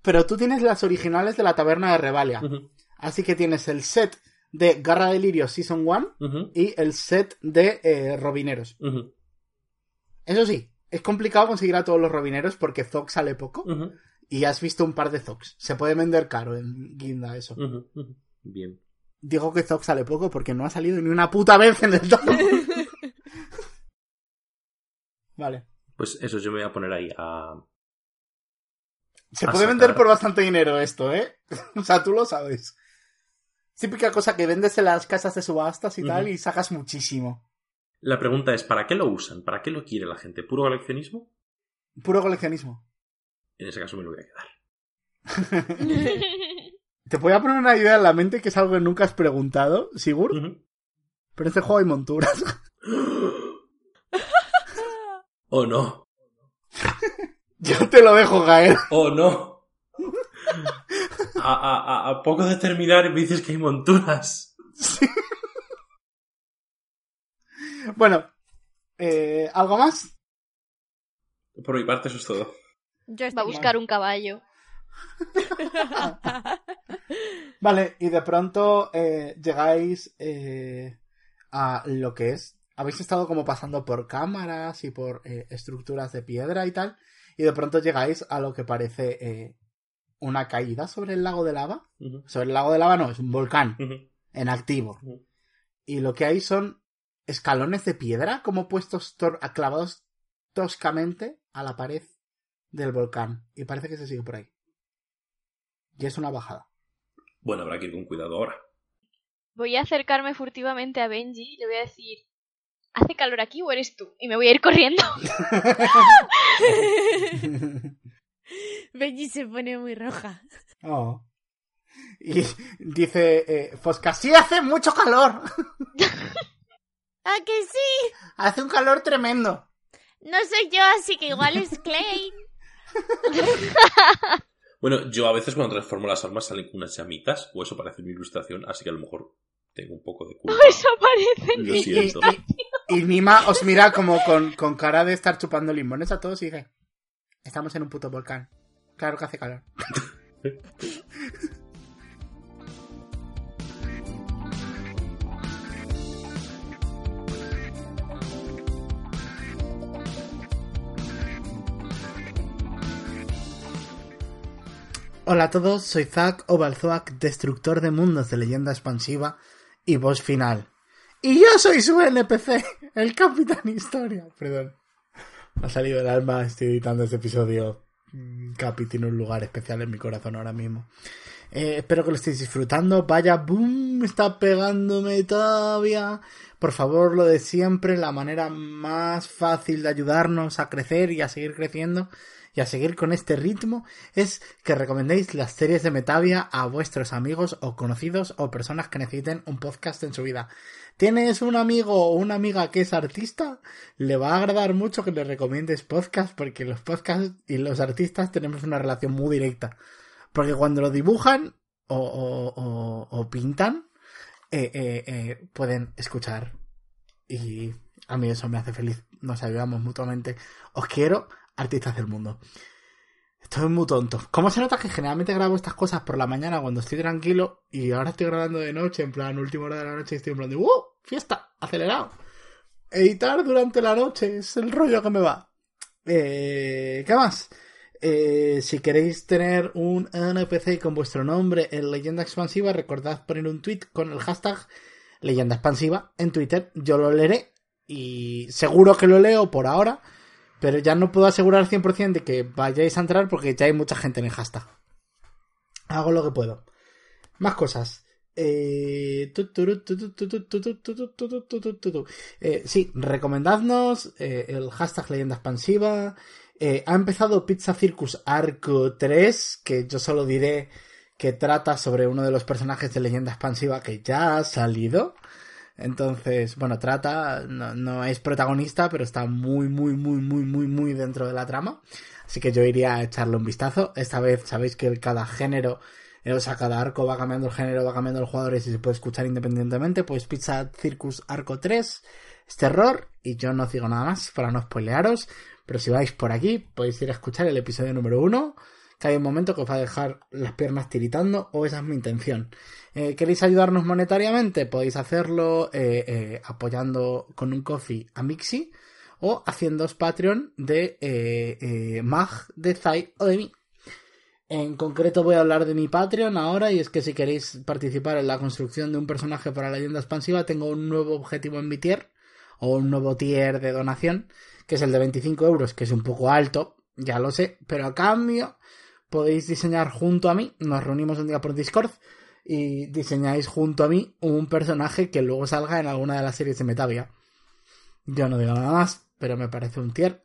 S1: Pero tú tienes las originales de la taberna de Revalia.
S6: ujú,
S1: Así que tienes el set de Garra de Lirio Season 1
S6: ujú,
S1: y el set de eh, Robineros.
S6: ujú,
S1: Eso sí, es complicado conseguir a todos los Robineros porque Zox sale poco
S6: ujú,
S1: y has visto un par de Zox. Se puede vender caro en Guinda eso.
S6: ujú, ujú. Bien.
S1: Digo que Zox sale poco porque no ha salido ni una puta vez en el tomo. vale.
S6: Pues eso, yo me voy a poner ahí a...
S1: Se
S6: A
S1: puede vender
S6: sacar.
S1: por bastante dinero esto, ¿eh? o sea, tú lo sabes. Típica cosa que vendes en las casas de subastas y tal
S6: Ujú.
S1: y sacas muchísimo.
S6: La pregunta es, ¿para qué lo usan? ¿Para qué lo quiere la gente? ¿Puro coleccionismo?
S1: Puro coleccionismo.
S6: En ese caso me lo voy a quedar.
S1: Te voy a poner una idea en la mente que es algo que nunca has preguntado, Sigurd.
S6: Ujú.
S1: Pero en este juego hay monturas.
S6: ¿O no?
S1: Yo te lo dejo caer.
S2: ¡Oh, no!
S6: A, a- a- a poco de terminar me dices que hay monturas.
S1: Sí. Bueno, eh, ¿algo más?
S6: Por mi parte eso es todo.
S5: Yo
S4: Va a
S5: estoy bien.
S4: buscar un caballo.
S1: Vale, y de pronto eh, llegáis eh, a lo que es. Habéis estado como pasando por cámaras y por eh, estructuras de piedra y tal. Y de pronto llegáis a lo que parece eh, una caída sobre el lago de lava.
S6: Ujú,
S1: Sobre el lago de lava no, es un volcán
S6: ujú,
S1: en activo.
S6: ujú.
S1: y lo que hay son escalones de piedra como puestos tor- clavados toscamente a la pared del volcán. Y parece que se sigue por ahí. Y es una bajada.
S6: Bueno, habrá que ir con cuidado ahora.
S4: Voy a acercarme furtivamente a Benji y le voy a decir: ¿Hace calor aquí o eres tú? Y me voy a ir corriendo.
S5: Benji se pone muy roja.
S1: Oh. Y dice eh, Fosca, sí hace mucho calor.
S3: ¿A que sí?
S1: hace un calor tremendo.
S3: No soy yo, así que igual es Clay.
S6: Bueno, yo a veces cuando transformo las armas salen unas llamitas, o eso parece mi ilustración, así que a lo mejor tengo un poco de culpa.
S4: Eso parece.
S6: Lo
S1: Y-
S6: siento.
S1: y- Y Nima os mira como con, con cara de estar chupando limones a todos y dice, estamos en un puto volcán. Claro que hace calor. Hola a todos, soy Zack o Balzoac, destructor de mundos de leyenda expansiva y voz final. Y yo soy su NPC, el Capitán Historia. Perdón. Me ha salido el alma, estoy editando este episodio. Mm, Capi tiene un lugar especial en mi corazón ahora mismo. Eh, espero que lo estéis disfrutando. Vaya, boom, está pegándome todavía. Por favor, lo de siempre, la manera más fácil de ayudarnos a crecer y a seguir creciendo y a seguir con este ritmo es que recomendéis las series de Metavia a vuestros amigos o conocidos o personas que necesiten un podcast en su vida. ¿Tienes un amigo o una amiga que es artista? Le va a agradar mucho que le recomiendes podcast porque los podcasts y los artistas tenemos una relación muy directa. Porque cuando lo dibujan o, o- o- o pintan, eh, eh, eh, pueden escuchar. Y a mí eso me hace feliz. Nos ayudamos mutuamente. Os quiero, artistas del mundo. Estoy muy tonto. ¿Cómo se nota que generalmente grabo estas cosas por la mañana cuando estoy tranquilo y ahora estoy grabando de noche, en plan, última hora de la noche y estoy en plan de ¡Uh! ¡Fiesta! ¡Acelerado! Editar durante la noche es el rollo que me va. Eh, ¿Qué más? Eh, si queréis tener un NPC con vuestro nombre en leyenda expansiva, recordad poner un tweet con el hashtag Leyenda Expansiva, en Twitter. Yo lo leeré y seguro que lo leo por ahora, pero ya no puedo asegurar 100% de que vayáis a entrar porque ya hay mucha gente en el hashtag. Hago lo que puedo. Más cosas. Eh, tu, turu, tu, tu, tu, tu, tu, tu, tu, tu, tu, tu, tu, tu, tu. Eh, sí, recomendadnos eh, el hashtag leyenda expansiva. Eh, ha empezado Pizza Circus Arco 3, que yo solo diré que trata sobre uno de los personajes de leyenda expansiva que ya ha salido. Entonces, bueno, trata, no, no es protagonista, pero está muy, muy, muy, muy, muy, muy dentro de la trama. Así que yo iría a echarle un vistazo. Esta vez sabéis que cada género eh, O sea, cada arco va cambiando el género, va cambiando los jugadores y se puede escuchar independientemente. Pues Pizza Circus Arco 3 es terror y yo no os digo nada más para no spoilearos. Pero si vais por aquí, podéis ir a escuchar el episodio número 1, que hay un momento que os va a dejar las piernas tiritando o esa es mi intención. Eh, ¿Queréis ayudarnos monetariamente? Podéis hacerlo eh, eh, apoyando con un coffee a Mixi o haciéndoos Patreon de eh, eh, Mag, de Zai o de mí. En concreto voy a hablar de mi Patreon ahora y es que si queréis participar en la construcción de un personaje para la leyenda expansiva tengo un nuevo objetivo en mi tier o un nuevo tier de donación que es el de 25 euros que es un poco alto ya lo sé pero a cambio podéis diseñar junto a mí nos reunimos un día por Discord y diseñáis junto a mí un personaje que luego salga en alguna de las series de Metavia yo no digo nada más pero me parece un tier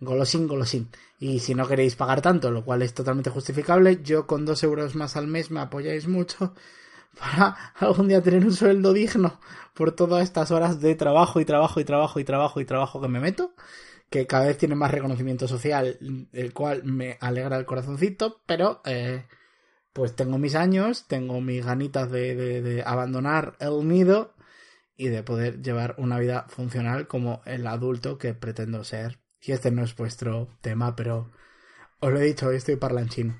S1: golosín, golosín. Y si no queréis pagar tanto, lo cual es totalmente justificable, yo con dos euros más al mes me apoyáis mucho para algún día tener un sueldo digno por todas estas horas de trabajo y trabajo y trabajo y trabajo y trabajo que me meto, que cada vez tiene más reconocimiento social, el cual me alegra el corazoncito, pero eh, pues tengo mis años, tengo mis ganitas de, de- de abandonar el nido y de poder llevar una vida funcional como el adulto que pretendo ser. Y este no es vuestro tema, pero os lo he dicho, hoy estoy parlanchín.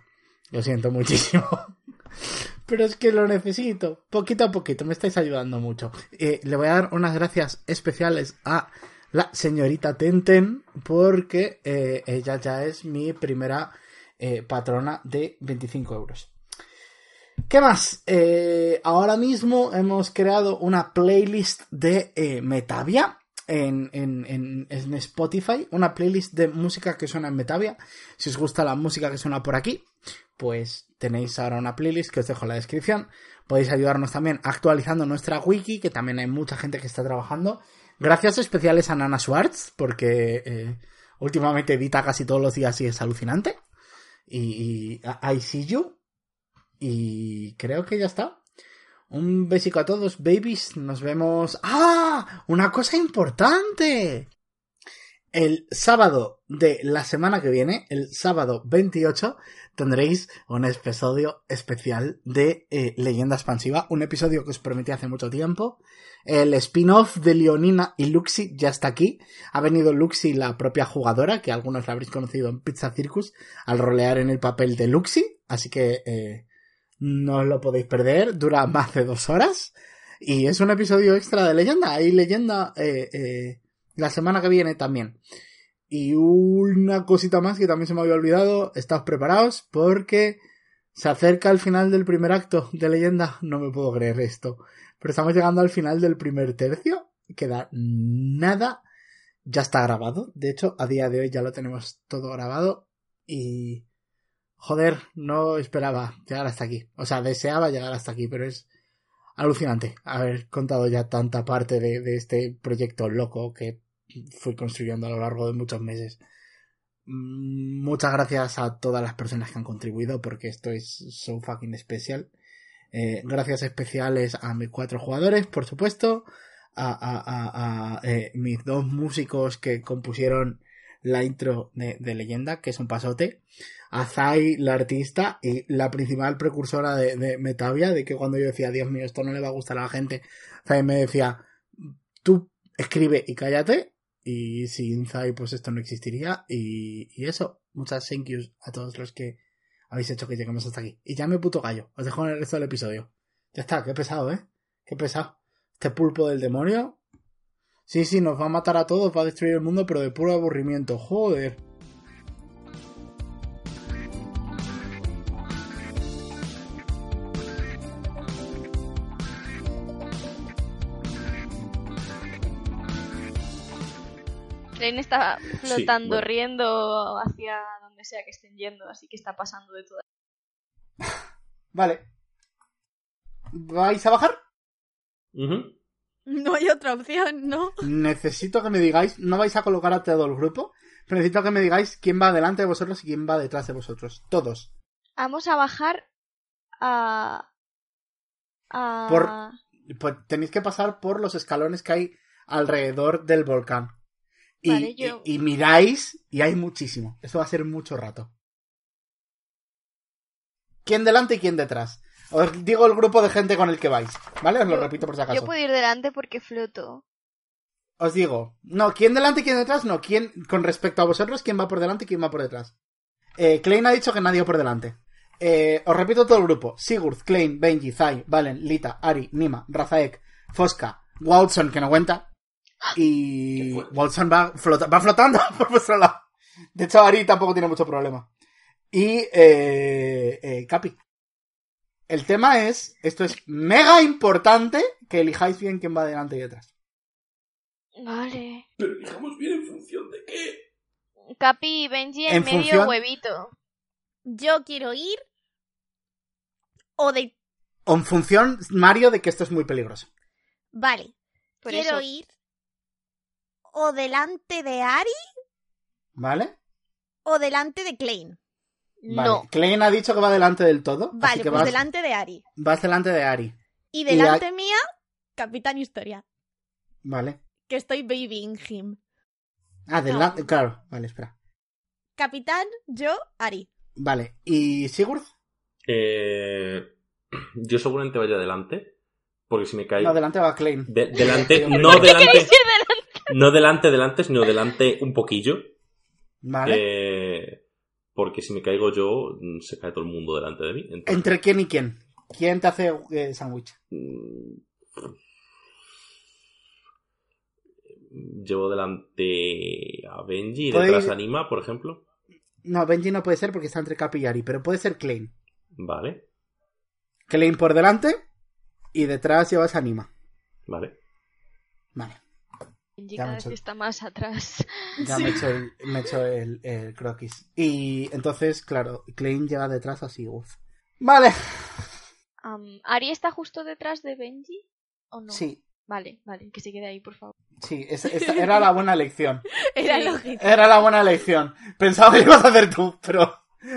S1: Lo siento muchísimo. Pero es que lo necesito. Poquito a poquito, me estáis ayudando mucho. Eh, le voy a dar unas gracias especiales a la señorita Tenten, porque eh, ella ya es mi primera eh, patrona de 25 euros. ¿Qué más? Eh, ahora mismo hemos creado una playlist de eh, Metavia en, en- en- en Spotify, una playlist de música que suena en Metavia. Si os gusta la música que suena por aquí, pues tenéis ahora una playlist que os dejo en la descripción. Podéis ayudarnos también actualizando nuestra wiki, que también hay mucha gente que está trabajando. Gracias especiales a Nana Schwartz, porque eh, últimamente edita casi todos los días y es alucinante. Y, y a- I see you. Y creo que ya está. Un besico a todos, babies. Nos vemos. ¡Ah! Una cosa importante. El sábado de la semana que viene, el sábado 28, tendréis un episodio especial de eh, Leyenda Expansiva. Un episodio que os prometí hace mucho tiempo. El spin-off de Leonina y Luxi ya está aquí. Ha venido Luxi, la propia jugadora, que algunos la habréis conocido en Pizza Circus, al rolear en el papel de Luxi. Así que eh, no os lo podéis perder. Dura más de dos horas. Y es un episodio extra de leyenda. Hay leyenda eh, eh, la semana que viene también. Y una cosita más que también se me había olvidado. Estad preparados porque se acerca el final del primer acto de leyenda. No me puedo creer esto. Pero estamos llegando al final del primer tercio. Queda nada. Ya está grabado. De hecho, a día de hoy ya lo tenemos todo grabado. Y... Joder, no esperaba llegar hasta aquí. O sea, deseaba llegar hasta aquí, pero es alucinante haber contado ya tanta parte de, de este proyecto loco que fui construyendo a lo largo de muchos meses. Mm, Muchas gracias a todas las personas que han contribuido porque esto es so fucking especial. Eh, gracias especiales a mis cuatro jugadores, por supuesto, a, a- a- a, eh, mis dos músicos que compusieron la intro de, de Leyenda, que es un pasote, a Zai, la artista y la principal precursora de, de Metavia, de que cuando yo decía, Dios mío, esto no le va a gustar a la gente, Zai me decía, tú escribe y cállate, y sin Zai pues esto no existiría, y, y eso, muchas thank yous a todos los que habéis hecho que lleguemos hasta aquí. Y ya me puto gallo, os dejo en el resto del episodio. Ya está, qué pesado, ¿eh? Qué pesado. Este pulpo del demonio. Sí, sí, nos va a matar a todos, va a destruir el mundo, pero de puro aburrimiento. Joder.
S4: Glenn está flotando,
S6: bueno.
S4: riendo hacia donde sea que estén yendo, así que está pasando de todo.
S1: Vale. ¿Vais a bajar?
S6: Ujú.
S5: No hay otra opción, ¿no?
S1: Necesito que me digáis, no vais a colocar a todo el grupo, pero necesito que me digáis quién va delante de vosotros y quién va detrás de vosotros. Todos.
S4: Vamos a bajar a. a...
S1: Por- Pues tenéis que pasar por los escalones que hay alrededor del volcán. Y,
S4: Vale, yo-
S1: y- y miráis y hay muchísimo. Esto va a ser mucho rato. ¿Quién delante y quién detrás? Os digo el grupo de gente con el que vais, ¿vale? Os lo
S4: Yo-
S1: repito por si
S4: Yo
S1: acaso.
S4: puedo ir delante porque floto.
S1: Os digo, no, ¿quién delante y quién detrás? No, ¿quién, con respecto a vosotros, quién va por delante y quién va por detrás? Eh, Klein ha dicho que nadie va por delante. Eh, os repito todo el grupo. Sigurd, Klein, Benji, Zai, Valen, Lita, Ari, Nima, Razaek, Fosca, Walson, que no cuenta. Y
S2: Qué fuerte.
S1: Walson va, flota- va flotando por vuestro lado. De hecho, Ari tampoco tiene mucho problema. Y eh, eh, Capi. El tema es, esto es mega importante que elijáis bien quién va delante y detrás.
S4: Vale.
S2: Pero digamos bien en función de qué.
S4: Capi y Benji en,
S1: En
S4: medio
S1: función-
S4: huevito.
S3: Yo quiero ir. O de.
S1: O en función, Mario, de que esto es muy peligroso.
S3: Vale.
S4: Por
S3: quiero
S4: eso.
S3: ir. O delante de Ari
S1: ¿Vale?
S3: o delante de Klein.
S1: Vale.
S4: No.
S1: Klein ha dicho que va delante del todo. así
S3: Vale,
S1: que
S3: pues
S1: vas,
S3: delante de Ari.
S1: vas delante de Ari.
S3: Y
S1: la-
S3: delante mía, Capitán Historia.
S1: Vale.
S3: Que estoy babying him.
S1: Ah, delante. Claro. Vale, espera.
S3: Capitán, yo, Ari.
S1: Vale. ¿Y Sigurd?
S6: Eh, yo seguramente vaya adelante, porque si me caigo...
S1: No, delante va Klein.
S6: De- delante, no delante, no delante, delante, sino delante un poquillo.
S1: Vale.
S6: Eh, porque si me caigo yo, mm, se cae todo el mundo delante de mí. Entonces,
S1: ¿Entre quién y quién? ¿Quién te hace eh, sándwich?
S6: mm, Llevo delante a Benji y
S1: Podéis-
S6: detrás a Nima, por ejemplo.
S1: No, Benji no puede ser porque está entre Capi y Ari, pero puede ser Klein.
S6: Vale,
S1: Klein por delante y detrás llevas a Nima.
S6: vale.
S1: Vale.
S4: Benji
S1: Ya me
S4: cada
S1: he
S4: vez
S1: hecho-
S4: está más atrás.
S1: Ya me he hecho, el, me he hecho el- el croquis. Y entonces, claro, Klein lleva detrás a Sigurd. Vale.
S4: Am, ¿Ari está justo detrás de Benji? ¿O no?
S1: Sí,
S4: Vale, vale, que se quede ahí, por favor.
S1: Sí, esa, esa era la buena elección.
S5: Era lógico.
S1: Era la buena elección. Pensaba que lo ibas a hacer tú, pero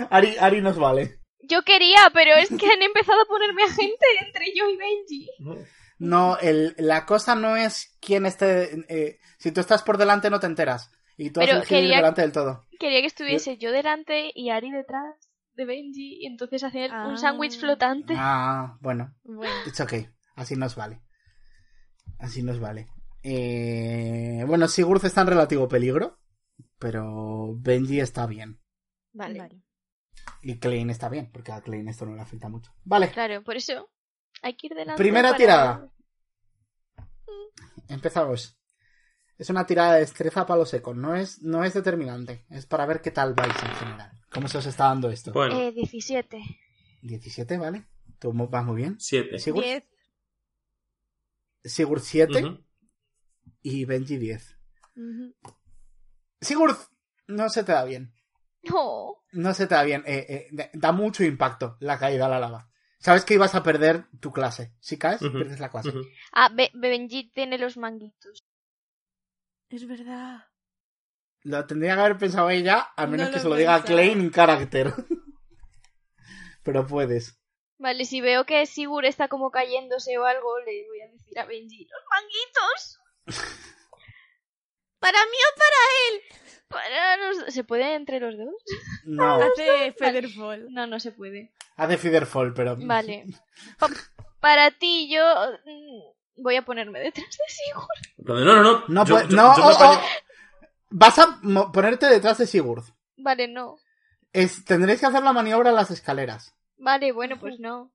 S1: Ari, Ari nos vale.
S4: Yo quería, pero es que han empezado a ponerme a gente entre yo y Benji.
S1: No, el, la cosa no es quién esté... eh, si tú estás por delante no te enteras. Y tú has
S4: Pero
S1: elegido ir
S4: quería-
S1: delante del todo.
S4: Quería que estuviese yo delante y Ari detrás de Benji y entonces hacer un sándwich
S5: Ah.
S4: flotante.
S1: Ah, bueno.
S5: Bueno,
S1: It's okay. Así nos vale. Así nos vale. Eh, bueno, Sigurd está en relativo peligro, pero Benji está bien.
S4: Vale.
S5: vale.
S1: Y Klein está bien, porque a Klein esto no le afecta mucho. Vale.
S4: Claro, por eso hay que ir delante.
S1: Primera
S4: para-
S1: tirada. Empezamos. Es una tirada de destreza a palo seco. No es, no es determinante. Es para ver qué tal vais en general. ¿Cómo se os está dando esto?
S6: Bueno,
S4: Eh, 17.
S1: 17, ¿vale? Tú mo- vas muy bien.
S6: siete.
S1: Sigurd,
S5: Diez.
S1: Sigurd 7
S6: Ujú.
S1: y Benji 10.
S5: Ujú.
S1: Sigurd, no se te da bien.
S4: No.
S1: No se te da bien. Eh, eh, da- da mucho impacto la caída a la lava. Sabes que ibas a perder tu clase. Si caes,
S6: Ujú.
S1: pierdes la clase.
S6: Ujú.
S4: Ah, Be- Benji tiene los manguitos.
S5: Es verdad.
S1: Lo tendría que haber pensado ella, a
S5: No
S1: menos
S5: lo
S1: que
S5: he
S1: se lo diga a
S5: pensado.
S1: Klein en carácter. Pero puedes.
S4: Vale, si veo que Sigur está como cayéndose o algo, le voy a decir a Benji: ¡Los manguitos!
S3: Para mí o para él.
S4: Para los... ¿Se puede entre los dos?
S5: Ah,
S1: No.
S5: Hace Featherfall.
S4: No, no se puede.
S1: Hace Fiderfall, pero.
S4: Vale. Pa- para ti, yo. mm, Voy a ponerme detrás de Sigur.
S6: En plan de, No, no, no.
S1: No,
S6: yo-
S1: puede-
S6: yo-
S1: no,
S6: yo me
S1: oh,
S6: apaño-
S1: oh. Vas a mo- ponerte detrás de Sigurd.
S4: Vale, no.
S1: Es- tendréis que hacer la maniobra a las escaleras.
S4: Vale, bueno, pues no.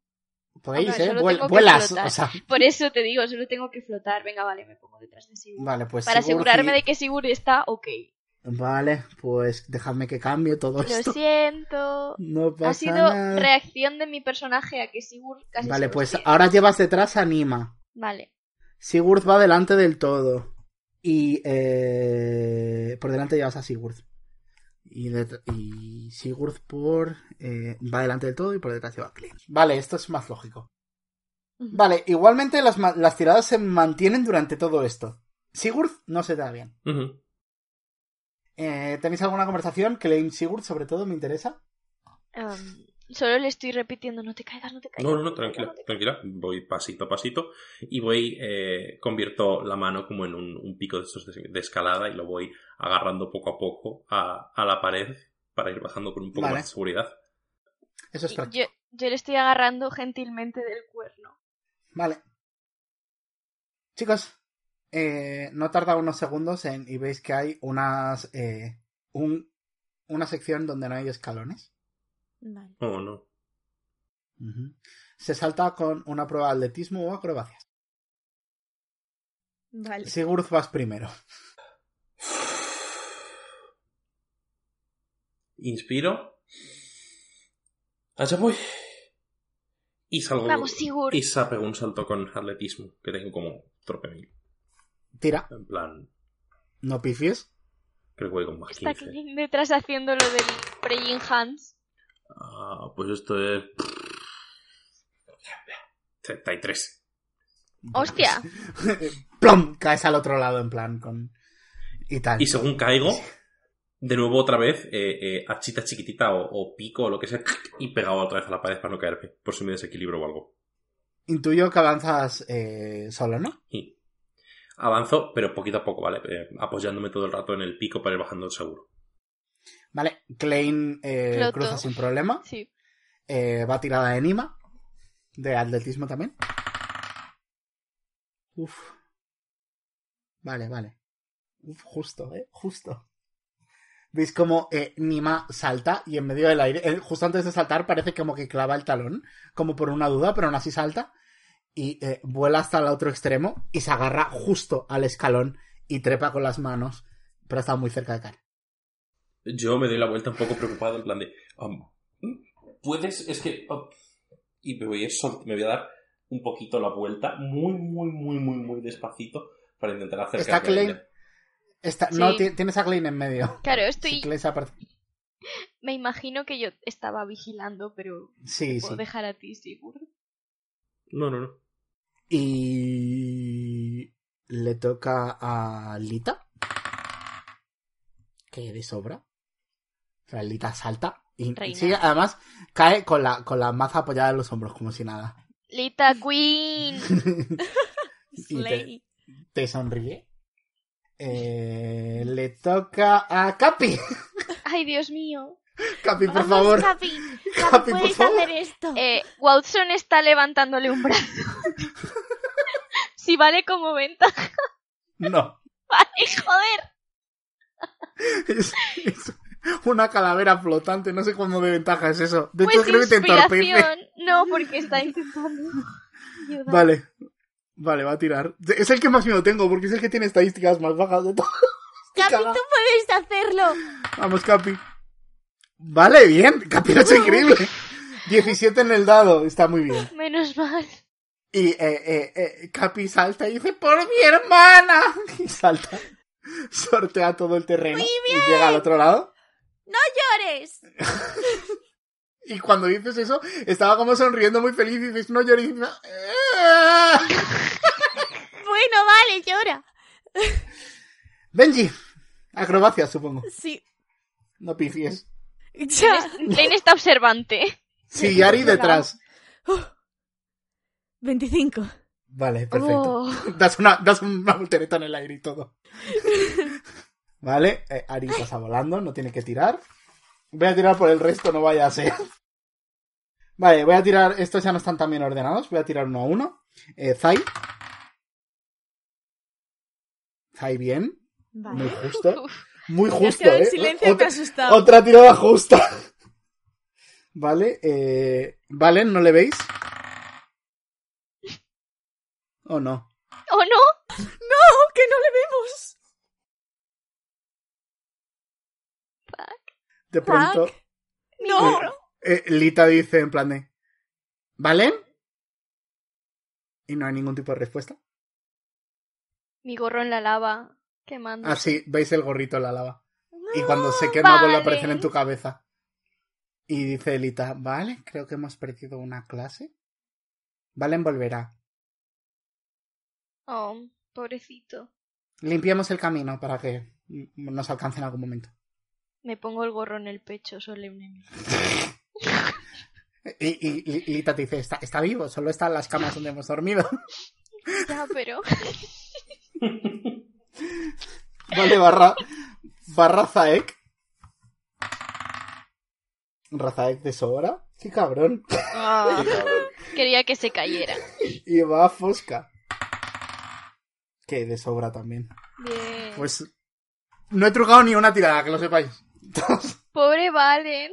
S1: Podéis,
S4: Hombre,
S1: ¿eh?
S4: solo
S1: Vuel-
S4: tengo que
S1: vuelas.
S4: flotar.
S1: O sea,
S4: Por eso te digo, solo tengo que flotar. Venga, vale, me pongo detrás de Sigur.
S1: vale, pues.
S4: para
S1: Sigurd
S4: asegurarme
S1: y-
S4: de que Sigur está ok.
S1: Vale, pues dejadme que cambie todo esto.
S4: Lo siento.
S1: Pues No pasa
S4: Ha sido
S1: nada.
S4: reacción de mi personaje a que Sigurd casi
S1: Vale,
S4: se
S1: pues
S4: hostia.
S1: ahora llevas detrás a Nima.
S4: Vale.
S1: Sigurd va delante del todo. Y eh, por delante llevas a Sigurd. Y, det- y Sigurd por eh, va delante del todo y por detrás lleva a Klein. Vale, esto es más lógico. Vale, igualmente las, ma- las tiradas se mantienen durante todo esto. Sigurd no se da bien.
S6: Ujú.
S1: Eh, ¿Tenéis alguna conversación? Klein Sigurd, sobre todo, me interesa.
S4: Am, solo le estoy repitiendo, no te caigas, no te caigas.
S6: No, no, no,
S4: te caigas,
S6: tranquila,
S4: no te
S6: tranquila. Voy pasito a pasito y voy, eh, convierto la mano como en un, un pico de estos de, de escalada y lo voy agarrando poco a poco a, a la pared para ir bajando con un poco
S1: Vale.
S6: más de seguridad.
S1: Eso es
S4: caigas".
S1: práctico.
S4: Yo, yo le estoy agarrando gentilmente del cuerno.
S1: Vale. Chicos, eh, no tarda unos segundos en, y veis que hay unas eh, un- una sección donde no hay escalones.
S3: Vale.
S6: Oh, no.
S1: Ujú. Se salta con una prueba de atletismo o acrobacias.
S5: Vale.
S1: Sigurd vas primero.
S6: Inspiro. Allá voy. Y salgo.
S4: Vamos, Sigurd.
S6: y sa- pego un salto con atletismo, que tengo como tropemil.
S1: Tira,
S6: En plan,
S1: no pifies.
S6: creo que voy con más
S4: Está
S6: 15.
S4: aquí detrás haciendo lo del praying hands.
S6: Ah, pues esto es. 33.
S4: ¡Hostia!
S1: ¡Plum! Caes al otro lado en plan con... Y tal.
S6: Y según caigo, de nuevo otra vez, eh, eh, hachita chiquitita o, o pico o lo que sea, y pegado otra vez a la pared para no caerme, por si me desequilibro o algo.
S1: Intuyo que avanzas eh, solo, ¿no?
S6: Y avanzo, pero poquito a poco, ¿vale? Eh, apoyándome todo el rato en el pico para ir bajando el seguro.
S1: Vale, Klein eh,
S4: Floto.
S1: cruza sin problema.
S4: Sí.
S1: Eh, va tirada de Nima. De atletismo también. Uf. Vale, vale. Uf, justo, eh. Justo. ¿Veis cómo eh, Nima salta y en medio del aire, él justo antes de saltar, parece como que clava el talón, como por una duda, pero aún así salta y eh, vuela hasta el otro extremo y se agarra justo al escalón y trepa con las manos, pero está muy cerca de caer.
S6: Yo me doy la vuelta un poco preocupado, en plan de. um,
S2: Puedes, es que. oh, y me voy, a sol- me voy a dar un poquito la vuelta, muy, muy, muy, muy, muy despacito, para intentar
S1: Está
S2: acercarme. a
S1: Klein.
S2: ella.
S1: Está- No,
S4: Sí.
S1: ti- tienes a Klein en medio.
S4: Claro, estoy.
S1: Klein se aparte-
S4: Me imagino que yo estaba vigilando, pero
S1: Sí,
S4: puedo
S1: sí.
S4: dejar a ti, Sigurd.
S6: No, no, no.
S1: Y le toca a Lita. Que de sobra. O sea, Lita salta. Y
S4: Reina.
S1: sigue- además, cae con la, con la maza apoyada en los hombros, como si nada.
S4: Lita Queen.
S1: y te, te sonríe. Eh, le toca a Capi.
S4: Ay, Dios mío.
S1: Capi, por
S3: Vamos,
S1: favor.
S3: Capi. Capi,
S1: Capi, por
S3: puedes
S1: favor.
S3: hacer esto.
S4: Eh, Watson está levantándole un brazo. si vale como ventaja.
S1: No.
S4: Vale, joder.
S1: Es, es una calavera flotante. No sé cómo de ventaja es eso. De hecho,
S4: Pues
S1: creo que te entorpece.
S4: inspiración. No, porque está intentando. ayudar.
S1: Vale. Vale, va a tirar. Es el que más miedo tengo, porque es el que tiene estadísticas más bajas de todos.
S3: Capi,
S1: caga.
S3: tú puedes hacerlo.
S1: Vamos, Capi. Vale, bien. Capi lo ha hecho increíble. 17 en el dado. Está muy bien.
S4: Menos mal.
S1: Y eh, eh, eh, Capi salta y dice, ¡por mi hermana! Y salta. Sortea todo el terreno. Y llega al otro lado.
S3: Llores.
S1: Y cuando dices eso, estaba como sonriendo muy feliz y dices, no llores. Y "Ah". dices,
S3: Bueno, vale, llora.
S1: Benji, acrobacia, supongo.
S5: Sí.
S1: No pifies.
S5: Ya.
S4: Lane está observante.
S1: Sí, Yari detrás.
S5: 25.
S1: Vale, perfecto.
S4: Oh.
S1: Das una, das una voltereta en el aire y todo. Vale, eh, Ari pasa volando, no tiene que tirar. Voy a tirar por el resto, no vaya a ser. Vale, voy a tirar. Estos ya no están tan bien ordenados. Voy a tirar uno a uno. Eh, Zai. Zai bien. Muy
S5: Vale.
S1: justo. Muy justo,
S5: Gracias,
S1: ¿eh?
S5: en silencio te
S1: Otra-
S5: ha asustado.
S1: Otra tirada justa. Vale, eh, Valen, ¿no le veis? ¿O no?
S4: ¿O no?
S5: ¡Oh, que no le vemos!
S1: De pronto,
S5: ¡No!
S1: eh, Lita dice en plan de, ¿Valen? Y no hay ningún tipo de respuesta.
S4: Mi gorro en la lava. Quemando.
S1: Así, Ah, veis el gorrito en la lava. Y cuando se quema vuelve a aparecer en tu cabeza. Y dice Elita, vale, creo que hemos perdido una clase. Valen volverá.
S4: Oh, pobrecito.
S1: Limpiemos el camino para que mm, nos alcance en algún momento.
S4: Me pongo el gorro en el pecho solemnemente.
S1: Y, y- y- y Lita te dice, está, está vivo, solo está en las camas donde hemos dormido.
S4: Ya, pero.
S1: Vale, barra, barra Zaek. Razaek de sobra. Sí, cabrón.
S4: Ah, quería que se cayera.
S1: Y va a Fosca. Que de sobra también.
S4: Bien.
S1: Pues no he trucado ni una tirada, que lo sepáis.
S4: Pobre Valen.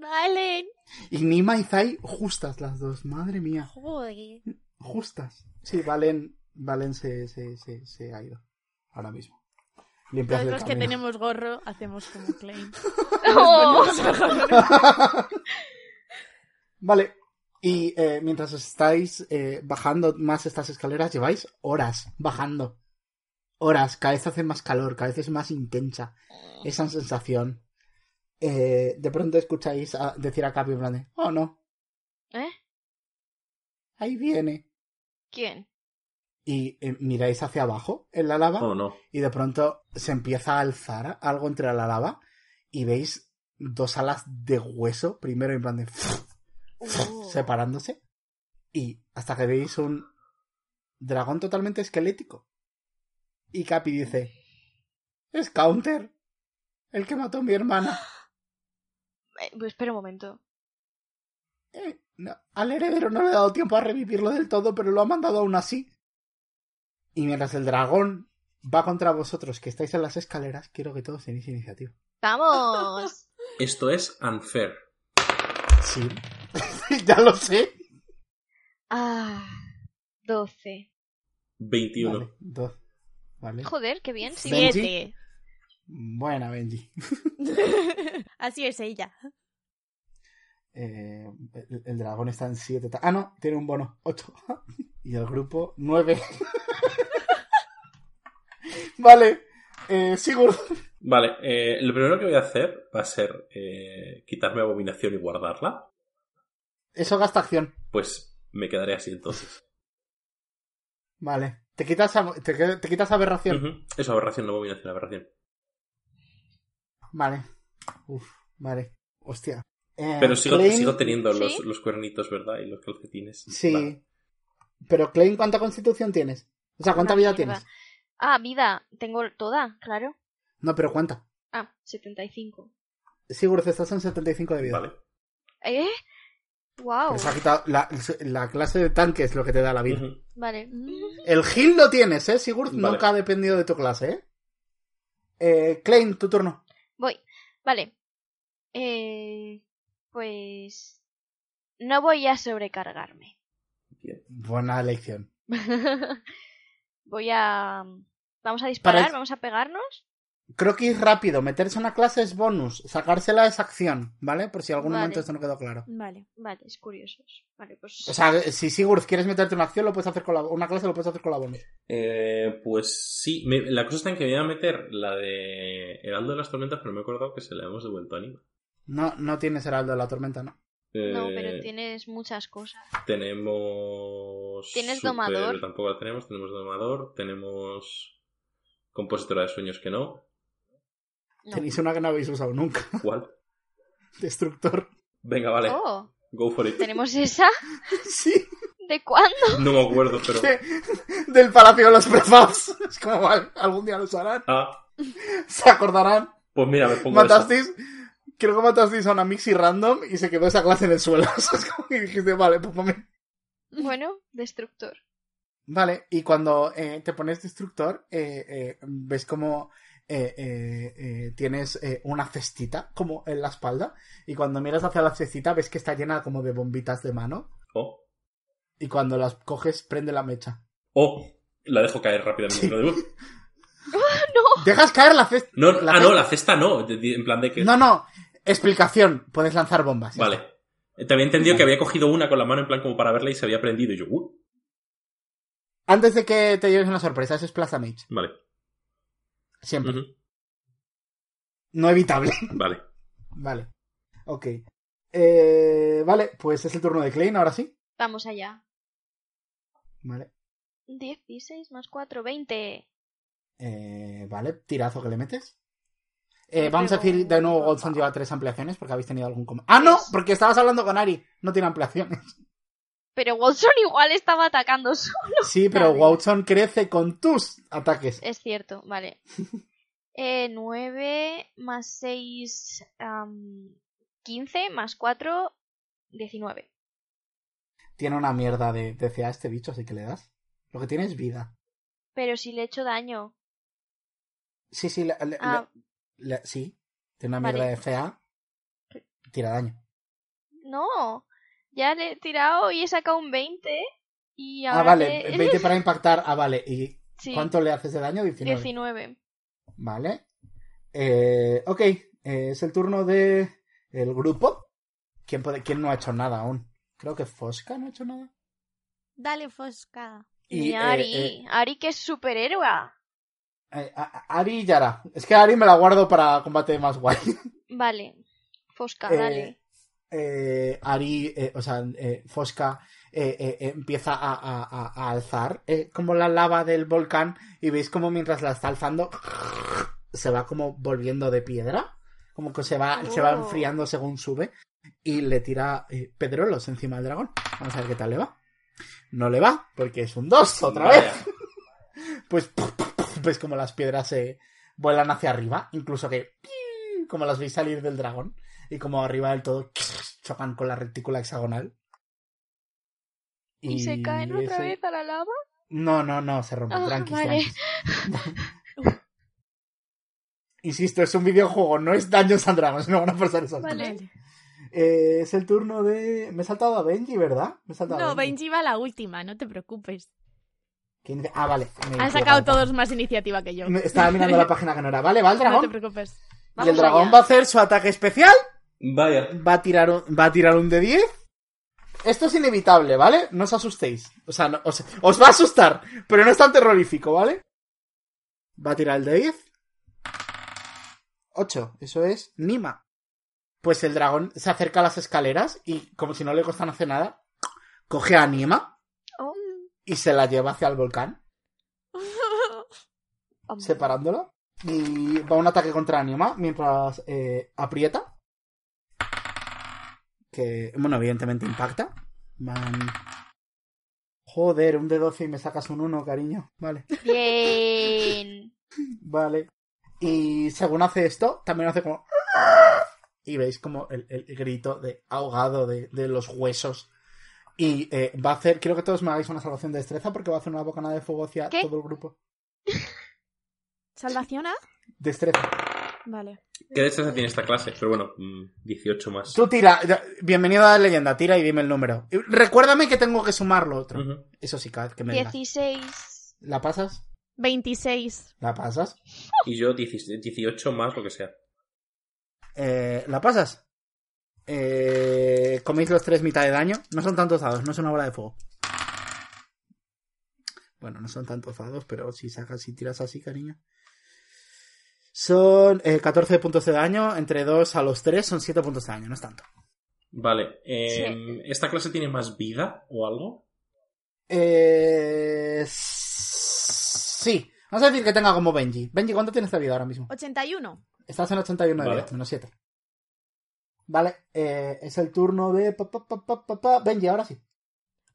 S3: Valen.
S1: Y Nima y Zai, justas las dos, madre mía.
S3: Joder.
S1: Justas. Sí, Valen, Valen se, se, se, se ha ido. Ahora mismo. Limpias el
S7: Nosotros que
S1: camino.
S7: tenemos gorro, hacemos como Klein.
S4: Oh,
S1: Vale. Y eh, mientras estáis eh, bajando más estas escaleras, lleváis horas bajando. Horas. Cada vez hace más calor, cada vez es más intensa esa sensación. Eh, de pronto escucháis a- decir a Capi en plan de, oh no,
S4: ¿Eh?
S1: ahí viene.
S4: ¿Quién?
S1: Y eh, miráis hacia abajo en la lava
S6: Oh, no.
S1: y de pronto se empieza a alzar algo entre la lava y veis dos alas de hueso, primero en plan de...
S3: Uh.
S1: separándose y hasta que veis un dragón totalmente esquelético. Y Capi dice, es Counter, el que mató a mi hermana,
S4: Eh, pues espera un momento.
S1: Eh, no, al heredero no le he dado tiempo a revivirlo del todo, pero lo ha mandado aún así. Y mientras el dragón va contra vosotros que estáis en las escaleras, quiero que todos tenéis iniciativa.
S4: ¡Vamos!
S6: Esto es unfair.
S1: Sí, ya lo sé.
S4: Ah, 12.
S6: 21.
S1: Vale, dos. Vale.
S4: Joder, qué bien, sí.
S1: Benji.
S7: Siete.
S1: Buena, Benji.
S7: Así es ella.
S1: Eh, el, el dragón está en 7. Ah, no, tiene un bono 8. y el grupo 9. vale, eh, Sigurd.
S6: Vale, eh, lo primero que voy a hacer va a ser eh, quitarme abominación y guardarla.
S1: Eso gasta acción.
S6: Pues me quedaré así entonces.
S1: Vale. Te quitas, ab- te, que- te quitas aberración.
S6: Ujú. Eso, aberración, no abominación, aberración.
S1: Vale. Uf, vale. Hostia. Eh,
S6: Pero sigo,
S1: Klein-
S6: sigo teniendo
S4: ¿Sí?
S6: los, los cuernitos, ¿verdad? Y los calcetines.
S1: Sí.
S6: Vale.
S1: Pero Klein, ¿cuánta constitución tienes? O sea, ¿cuánta
S4: Una
S1: vida
S4: mierda.
S1: tienes?
S4: Ah, vida. Tengo toda, claro.
S1: No, pero ¿cuánta?
S4: Ah, 75.
S1: Sigurd, estás en 75 de vida.
S6: Vale.
S4: ¿Eh? ¡Wow!
S1: Pero se ha quitado la, la clase de tanque es lo que te da la vida.
S6: Ujú.
S4: Vale.
S1: El heal lo tienes, ¿eh? Sigurd
S6: Vale.
S1: nunca ha dependido de tu clase, ¿eh? Eh, Klein, tu turno.
S4: Voy. Vale. Eh, pues. No voy a sobrecargarme.
S1: Buena elección.
S4: voy a. Vamos a disparar,
S1: Para-
S4: vamos a pegarnos.
S1: Creo que ir rápido. Meterse una clase es bonus. Sacársela es acción, ¿vale? Por si algún
S4: Vale.
S1: momento esto no quedó claro.
S7: Vale.
S4: Vale, es curioso. Vale, pues.
S1: O sea, si Sigurd quieres meterte una acción, lo puedes hacer con la... Una clase lo puedes hacer con la bonus.
S6: Eh, pues sí, me- la cosa está en que me iba a meter la de Heraldo de las Tormentas, pero me he acordado que se la hemos devuelto a Nima.
S1: No, no tienes heraldo de la tormenta, ¿no?
S6: Eh,
S4: No, pero tienes muchas cosas.
S6: Tenemos.
S4: Tienes
S6: super-
S4: domador.
S6: Tampoco la tenemos. Tenemos domador. Tenemos. Compositora de sueños que no.
S4: No.
S1: Tenéis una que no habéis usado nunca.
S6: ¿Cuál?
S1: Destructor.
S6: Venga, vale.
S4: Oh,
S6: Go for it.
S4: ¿tenemos esa?
S1: Sí.
S4: ¿De cuándo?
S6: No me acuerdo, pero.
S1: Del Palacio de los Prefabs. Es como, vale, algún día lo usarán.
S6: Ah,
S1: Se acordarán.
S6: pues mira, me pongo. esa.
S1: matasteis, creo que matasteis a una Mixi random y se quedó esa clase en el suelo. O sea, es como que dijiste, vale, pues ponme.
S4: Bueno, destructor.
S1: Vale, y cuando eh, te pones destructor, eh, eh, ves como eh, eh, eh, tienes eh, una cestita como en la espalda y cuando miras hacia la cestita ves que está llena como de bombitas de mano
S6: Oh,
S1: y cuando las coges prende la mecha.
S6: oh, la dejo caer rápidamente.
S1: Sí.
S6: lo de-
S1: Dejas caer la cesta.
S6: No,
S1: la
S6: ah, no,
S1: cesta-
S6: la cesta no. de- de- En plan de que.
S1: No, no. Explicación. Puedes lanzar bombas. ya está.
S6: Vale. Eh, También entendió que había cogido una con la mano en plan como para verla y se había prendido. Y yo, uh,
S1: Antes de que te lleves una sorpresa, eso es Plaza Mage.
S6: vale.
S1: Siempre.
S6: Ujú.
S1: No evitable.
S6: Vale.
S1: vale. Ok. Eh, vale, pues es el turno de Klein, ahora sí.
S4: Vamos allá.
S1: Vale.
S4: 10, 16 más 4, 20.
S1: Eh, vale, tirazo que le metes. Eh,
S4: No
S1: vamos a
S4: tengo
S1: decir de nuevo,
S4: ningún
S1: Goldson lleva tres ampliaciones porque habéis tenido algún... com- ¡Ah, no! Porque estabas hablando con Ari. No tiene ampliaciones.
S4: Pero Watson igual estaba atacando su-
S1: Sí, pero
S4: Vale.
S1: Goldson crece con tus ataques.
S4: Es cierto, vale. Eh, 9 más 6, 15 más 4, 19.
S1: Tiene una mierda de DCA este bicho, así que le das. Lo que tiene es vida.
S4: Pero si le he hecho daño.
S1: Sí, sí, le- le-
S4: Ah,
S1: le- le- sí. Tiene una
S4: Vale.
S1: mierda de DCA. Tira daño.
S4: no. Ya le he tirado y he sacado un 20. Y ahora
S1: Ah, vale.
S4: le-
S1: 20 para impactar. Ah, vale. ¿Y
S4: Sí,
S1: cuánto le haces de daño? 19.
S4: 19.
S1: Vale. Eh, ok. eh, es el turno de el grupo. ¿Quién, puede, ¿Quién no ha hecho nada aún? Creo que Fosca no ha hecho nada.
S3: Dale, Fosca.
S4: Y,
S1: eh,
S4: Ari,
S1: eh,
S4: Ari que es superhéroe.
S1: eh, a- a- Ari y Yara. Es que Ari me la guardo para combate más guay.
S4: Vale. Fosca,
S1: Eh,
S4: dale.
S1: eh, Ari, eh, o sea, eh, Fosca eh, eh, eh, empieza a, a- a- a alzar eh, como la lava del volcán y veis como mientras la está alzando se va como volviendo de piedra, como que se va, se va
S4: Oh.
S1: enfriando según sube y le tira eh, pedrolos encima del dragón. Vamos a ver qué tal le va. No le va, porque es un 2 otra
S2: Vaya.
S1: vez. Pues ves como las piedras se vuelan hacia arriba, incluso que como las veis salir del dragón y como arriba del todo chocan con la retícula hexagonal.
S4: Y, se caen otra
S1: ese-
S4: vez a la lava.
S1: No, no, no, se rompen,
S4: Ah,
S1: tranquis,
S4: vale.
S1: tranquis. Insisto, es un videojuego, no es Dungeons and Dragons, no van a pasar esas
S4: Vale.
S1: cosas. Eh, es el turno de... Me he saltado a Benji, ¿verdad? Me he saltado a
S7: No, Benji va a la última, no te preocupes.
S1: ¿Quién- Ah, vale. me
S7: Han
S1: equivoco
S7: sacado
S1: de página.
S7: todos más iniciativa que yo.
S1: Me- Estaba mirando la página que no era. Vale, va el
S7: No te
S1: dragón.
S7: preocupes.
S1: y el
S4: Vamos
S1: dragón
S4: allá.
S1: va a hacer su ataque especial.
S2: Vaya.
S1: Va a tirar un, va a tirar un de 10. Esto es inevitable, ¿vale? No os asustéis. O sea, no- os, os va a asustar, pero no es tan terrorífico, ¿vale? Va a tirar el de 10. 8, eso es Nima. Pues el dragón se acerca a las escaleras y, como si no le costara hacer nada, coge a Nima
S4: Oh.
S1: y se la lleva hacia el volcán,
S4: Hombre.
S1: separándola. Y va un ataque contra Nima mientras eh, aprieta. Que, bueno, evidentemente impacta. Van... Joder, un de 12 y me sacas un 1, cariño. Vale.
S4: Bien.
S1: Vale. Y según hace esto, también hace como. Y veis como el, el grito de ahogado de, de los huesos. Y eh, va a hacer. Quiero que todos me hagáis una salvación de destreza porque va a hacer una bocanada de fuego hacia
S4: ¿Qué?
S1: todo el grupo.
S7: ¿Salvación A?
S1: Destreza.
S7: Vale.
S6: ¿Qué destreza tiene esta clase? Pero bueno, mm, 18 más.
S1: Tú tira. ya- Bienvenido a la leyenda. Tira y dime el número. Y Recuérdame que tengo que sumar lo otro.
S6: Ujú.
S1: Eso sí, cada vez que me digas.
S4: 16.
S1: ¿La pasas?
S7: 26.
S1: ¿La pasas?
S6: Y yo 16 18 más lo que sea.
S1: Eh, ¿La pasas? Eh, coméis los tres mitad de daño. No son tantos dados, no es una bola de fuego. Bueno, no son tantos dados, pero si sacas y tiras así, cariño. Son eh, 14 puntos de daño, entre 2 a los 3 son 7 puntos de daño, no es tanto.
S6: Vale. em, ¿Esta clase tiene más vida o algo?
S1: Eh, sí, vamos a decir que tenga como Benji. Benji, ¿cuánto tienes de vida ahora mismo?
S7: 81.
S1: Estás en 81 de
S6: Vale.
S1: vida, menos 7. Vale, eh, es el turno de... pa, pa, pa, pa, pa, pa. Benji, ahora sí.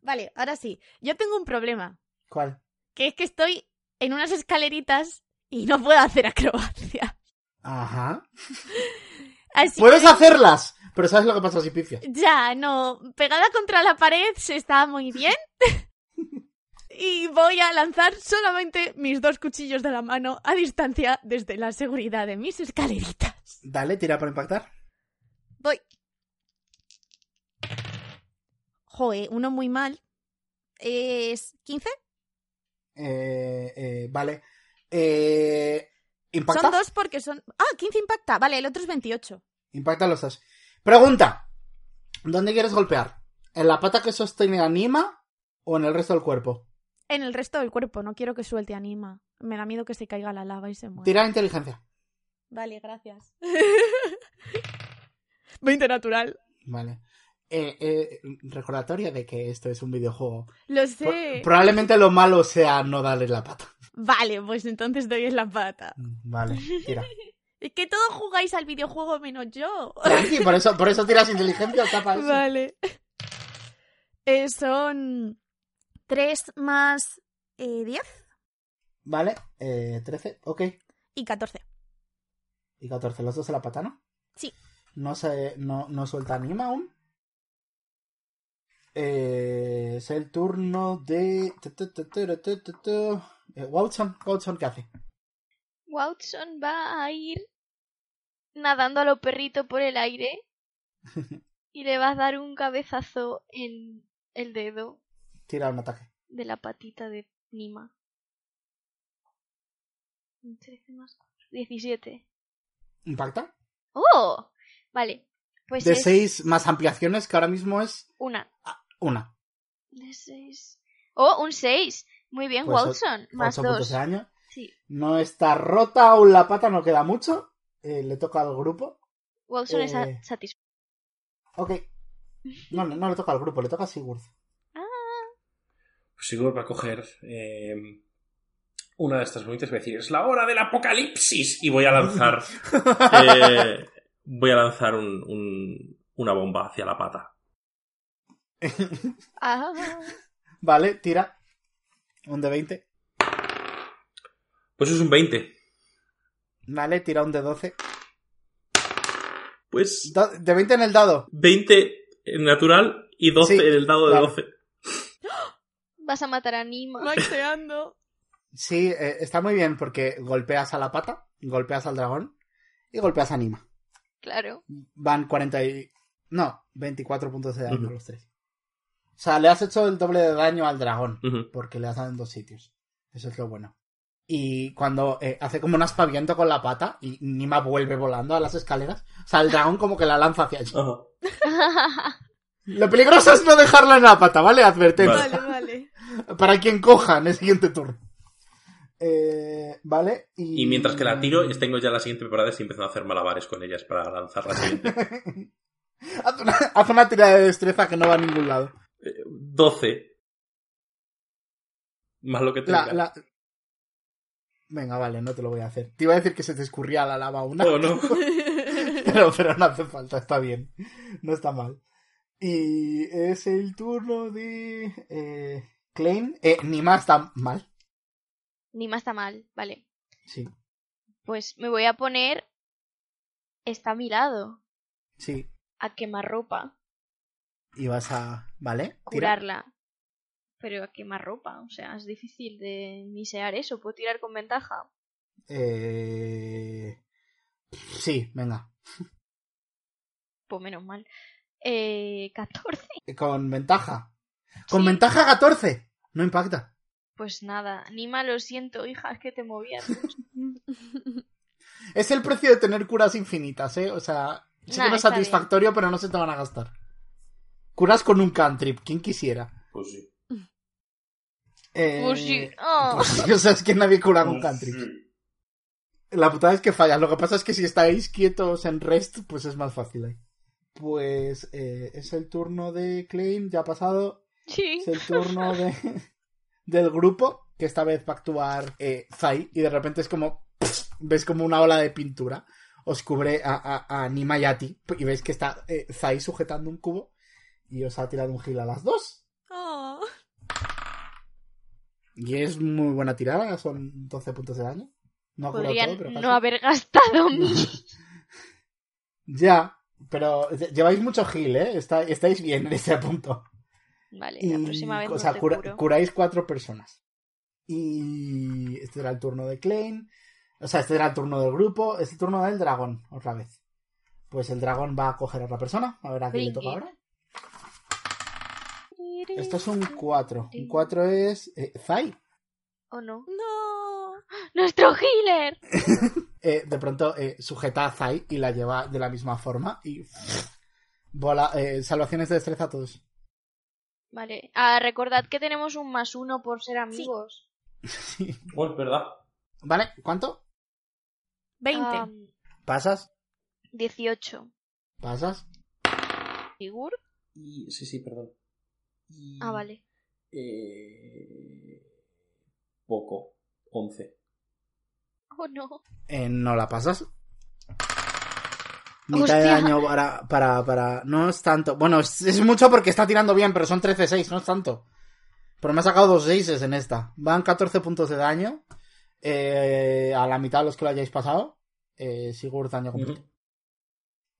S7: Vale, ahora sí. Yo tengo un problema,
S1: ¿Cuál?
S7: que es que estoy en unas escaleritas y no puedo hacer acrobacia.
S1: Ajá.
S7: Así
S1: Puedes
S7: que-
S1: hacerlas, pero ¿sabes lo que pasa si pifias?
S7: Ya, no. Pegada contra la pared se está muy bien. Y voy a lanzar solamente mis dos cuchillos de la mano a distancia desde la seguridad de mis escaleritas.
S1: Dale, tira para impactar.
S7: Voy. Joe, uno muy mal. Es 15.
S1: Eh, eh, vale. Eh, ¿Impacta?
S7: Son dos porque son. Ah, 15 impacta. Vale, el otro es 28.
S1: Impacta los dos. Pregunta. ¿Dónde quieres golpear? ¿En la pata que sostiene a Nima o en el resto del cuerpo?
S7: En el resto del cuerpo, no quiero que suelte anima. Me da miedo que se caiga a la lava y se muera.
S1: Tira inteligencia.
S7: Vale, gracias. 20 natural.
S1: Vale. Eh, eh, recordatoria de que esto es un videojuego.
S7: Lo
S1: Pro-
S7: sé.
S1: probablemente lo malo sea no darle la pata.
S7: Vale, pues entonces doy en la pata.
S1: Vale, tira.
S7: Es que todos jugáis al videojuego menos yo.
S1: Tranqui, por eso, por eso tiras inteligencia, tapa eso.
S7: Vale. Eh, son 3 más eh, 10
S1: Vale, eh, 13, ok.
S7: y 14.
S1: Y 14, los dos a la pata, ¿no?
S7: Sí.
S1: No se, no, no suelta anima aún. Eh, es el turno de... tu, tu, tu, tu, tu, tu, tu. Eh, Watson, Watson, ¿qué hace?
S4: Watson va a ir nadando a los perritos por el aire y le va a dar un cabezazo en el dedo
S1: Tira un ataque.
S4: de la patita de Nima. 13 más cuatro, 17.
S1: ¿Impacta?
S4: ¡Oh! Vale, pues
S1: De
S4: es
S1: 6 más ampliaciones, que ahora mismo es
S4: una.
S1: una.
S4: De 6. ¡Oh, un 6! Muy bien,
S1: Pues,
S4: Watson. Más
S1: 8 puntos de
S4: 2.
S1: daño.
S4: Sí,
S1: No está rota aún la pata, no queda mucho. Eh, le toca al grupo.
S4: Watson
S1: Eh.
S4: es sa- satisfecho.
S1: Ok. No, no, no le toca al grupo, le toca a Sigurd.
S6: pues
S2: Sigurd va a coger eh, una de estas bolitas y va a decir: ¡Es la hora del apocalipsis! Y voy a lanzar.
S6: Eh, voy a lanzar un- un- una bomba hacia la pata.
S1: Vale, tira. Un de 20.
S6: Pues es un 20.
S1: Vale, tira un de 12.
S6: Pues
S1: Do- de 20 en el dado.
S6: 20 natural y 12
S1: Sí,
S6: en el dado de
S1: claro.
S6: 12.
S4: Vas a matar a Nima.
S7: Maxeando.
S1: Sí, eh, está muy bien porque golpeas a la pata, golpeas al dragón y golpeas a Nima.
S4: Claro.
S1: Van 40 y... No, 24 puntos de daño
S6: Ujú.
S1: a los tres. O sea, le has hecho el doble de daño al dragón.
S6: Ujú.
S1: porque le has dado en dos sitios. Eso es lo bueno. Y cuando eh, hace como un aspaviento con la pata y Nima vuelve volando a las escaleras, o sea, el dragón como que la lanza hacia allí.
S6: Ajá.
S1: Lo peligroso es no dejarla en la pata, ¿vale? Advertencia.
S7: Vale, vale.
S1: Para quien coja en el siguiente turno. Eh, vale. Y...
S6: Y mientras que la tiro, tengo ya la siguiente preparada y estoy empezando a hacer malabares con ellas para lanzar la siguiente.
S1: Haz una, haz una tirada de destreza que no va a ningún lado.
S6: Eh, 12. Más lo que tenga.
S1: La, la- Venga, vale, no te lo voy a hacer. Te iba a decir que se te escurría la lava una.
S6: Oh, no.
S1: Pero, pero no hace falta, está bien. No está mal. Y es el turno de. Eh, Klein. Eh, Nima está mal.
S4: Nima está mal, vale.
S1: Sí.
S4: Pues me voy a poner. Está a mi lado.
S1: Sí.
S4: A quemar ropa.
S1: Y vas a. Vale. Tira.
S4: Curarla. Pero a quemar ropa. O sea, es difícil de misear eso. Puedo tirar con ventaja.
S1: Eh... Sí, venga.
S4: Pues menos mal. Eh, 14.
S1: Con ventaja. Con
S4: Sí.
S1: ventaja 14. No impacta.
S4: Pues nada. Nima, lo siento, hija, es que te movías.
S1: Es el precio de tener curas infinitas, ¿eh? O sea, sí
S4: Nah,
S1: que no es
S4: está bien.
S1: satisfactorio, pero no se te van a gastar. Curas con un cantrip, quien quisiera.
S6: Pues sí.
S1: Eh,
S4: Pues sí. Oh.
S1: Pues sí, o sea, es que nadie cura con cantrips.
S6: Sí.
S1: La putada es que fallan. Lo que pasa es que si estáis quietos en rest, pues es más fácil ahí. Pues eh, es el turno de Claim, ya ha pasado.
S4: Sí.
S1: Es el turno de, del grupo, que esta vez va a actuar eh, Zai. Y de repente es como. ves como una ola de pintura. Os cubre a, a, a Nima y a ti. Y veis que está eh, Zai sujetando un cubo. Y os ha tirado un gil a las dos.
S7: Oh.
S1: Y es muy buena tirada, son 12 puntos de daño. No ha curado todo,
S4: Podrían
S1: pero casi.
S4: no haber gastado mi.
S1: Ya, pero lle- lleváis mucho heal, ¿eh? Está- estáis bien en ese punto.
S4: Vale,
S1: Y,
S4: la próxima vez
S1: o
S4: no
S1: sea,
S4: Eh, te
S1: cura-
S4: curo.
S1: curáis cuatro personas. Y este era el turno de Klein. O sea, este era el turno del grupo. Este turno del dragón, otra vez. Pues el dragón va a coger a otra persona. A ver a quién le toca
S4: Brinqui.
S1: ahora. Esto es un 4. Un 4 es eh, Zai.
S4: ¿O no?
S7: No.
S4: ¡Nuestro healer!
S1: Eh, de pronto eh, sujeta a Zai y la lleva de la misma forma y vola, eh, salvaciones de destreza a todos.
S4: Vale. Ah, recordad que tenemos un más uno por ser amigos.
S2: Pues verdad.
S1: ¿Vale? ¿Cuánto?
S7: 20.
S4: Ah,
S1: ¿Pasas?
S4: 18.
S1: ¿Pasas?
S4: ¿Sigur?
S2: Y... Sí, sí, perdón. Y-
S1: Mm.
S4: Ah, vale.
S2: Eh... Poco. 11.
S4: Oh, no.
S1: Eh, ¿No la pasas? Mitad de
S4: Hostia.
S1: daño para, para, para... No es tanto. Bueno, es, es mucho porque está tirando bien, pero son 13-6, no es tanto. Pero me ha sacado dos 6 en esta. Van 14 puntos de daño. eh, a la mitad de los que lo hayáis pasado. Eh, Sigurd, daño completo.
S2: Ujú.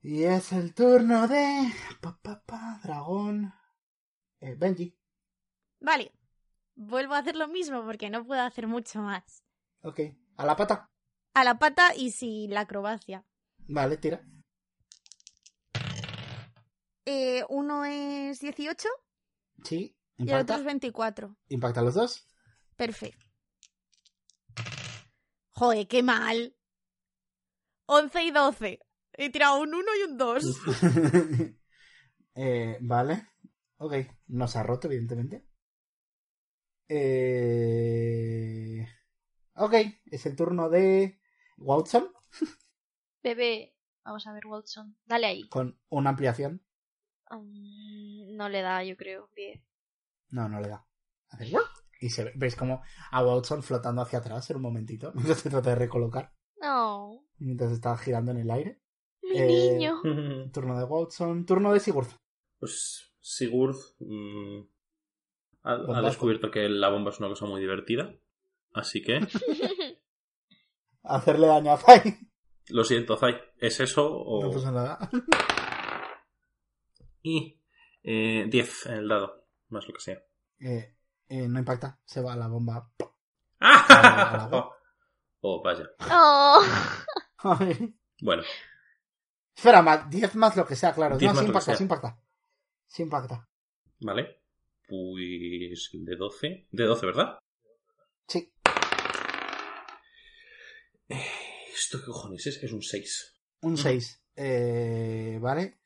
S1: Y es el turno de... Pa, pa, pa, dragón. Eh, Benji.
S7: Vale. Vuelvo a hacer lo mismo porque no puedo hacer mucho más.
S1: Ok. A la pata.
S7: A la pata y sin la acrobacia.
S1: Vale, tira.
S7: Eh, uno es 18
S1: Sí.
S7: y el otro
S1: Impacta.
S7: es 24.
S1: Impacta a los dos.
S7: Perfecto. Joder, qué mal. 11 y 12. He tirado un 1 y un 2.
S1: Eh, vale. Ok. No se ha roto, evidentemente. Eh... Ok. Es el turno de Watson
S4: Bebé. Vamos a ver, Watson. Dale ahí.
S1: con una ampliación.
S4: Mm, no le da, yo creo. Bien.
S1: No, no le da. Hace ¡guau! Y se ve- veis como a Watson flotando hacia atrás en un momentito. Mientras se trata de recolocar.
S4: No.
S1: Mientras está girando en el aire.
S4: Mi
S1: Eh,
S4: niño.
S1: Turno de Watson. Turno de Sigurd.
S6: Pues Sigurd mm, ha- ha,
S1: Bombazo.
S6: descubierto que la bomba es una cosa muy divertida. Así que,
S1: Hacerle daño a Zay.
S6: lo siento, Zai. ¿Es eso o...?
S1: No pasa nada.
S6: Y eh, 10 en el dado, más lo que sea.
S1: Eh, eh, no impacta. Se va la bomba.
S6: ¡Ah! Oh, vaya.
S4: Oh.
S6: Bueno,
S1: Espera, más, 10 más lo que sea, claro.
S6: 10
S1: No,
S6: más
S1: sí
S6: lo que
S1: impacta,
S6: sea.
S1: sí impacta. Sí impacta.
S6: vale. Pues el de 12. De 12, ¿verdad?
S1: Sí.
S6: Eh, ¿Esto qué cojones es? Es un 6.
S1: Un
S6: Ujú.
S1: 6. Eh, vale.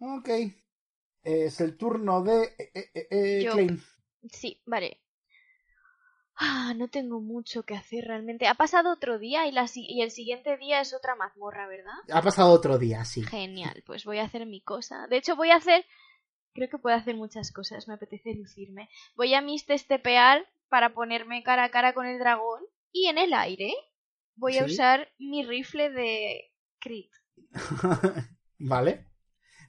S1: Ok. Es el turno de eh, eh, eh, eh,
S4: Yo.
S1: Klein.
S4: Sí, vale. Ah, no tengo mucho que hacer realmente. Ha pasado otro día y, la, si- y el siguiente día es otra mazmorra, ¿verdad?
S1: Ha pasado otro día, sí.
S4: Genial, pues voy a hacer mi cosa. De hecho, voy a hacer... Creo que puedo hacer muchas cosas, me apetece lucirme. Voy a mis testepear para ponerme cara a cara con el dragón y en el aire voy a
S1: Sí.
S4: usar mi rifle de crit.
S1: vale.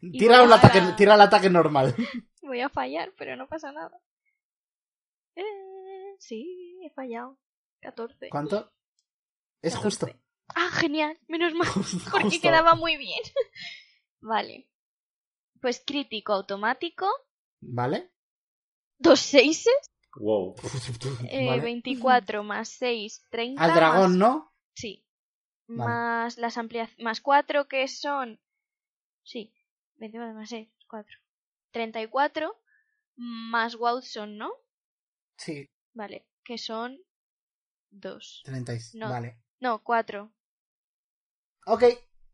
S4: Y
S1: Tira,
S4: voy
S1: un
S4: a-
S1: ataque, tira el ataque normal.
S4: Voy a fallar, pero no pasa nada. Eh, sí, he fallado. 14.
S1: ¿Cuánto? Es justo.
S4: Ah, genial, menos mal.
S1: Justo.
S4: Porque quedaba muy bien. vale. Pues crítico automático.
S1: Vale.
S4: Dos seises.
S6: Wow.
S4: eh,
S1: Vale.
S4: 24 más 6, 30.
S1: Al dragón,
S4: más-
S1: ¿no?
S4: Sí.
S1: Vale.
S4: Más las ampliaciones. Más 4 que son. Sí. 24 más 6, 4. 34. Más Watson, ¿no?
S1: Sí.
S4: Vale. Que son. 2.
S1: 36.
S4: No.
S1: Vale.
S4: No, 4.
S1: Ok.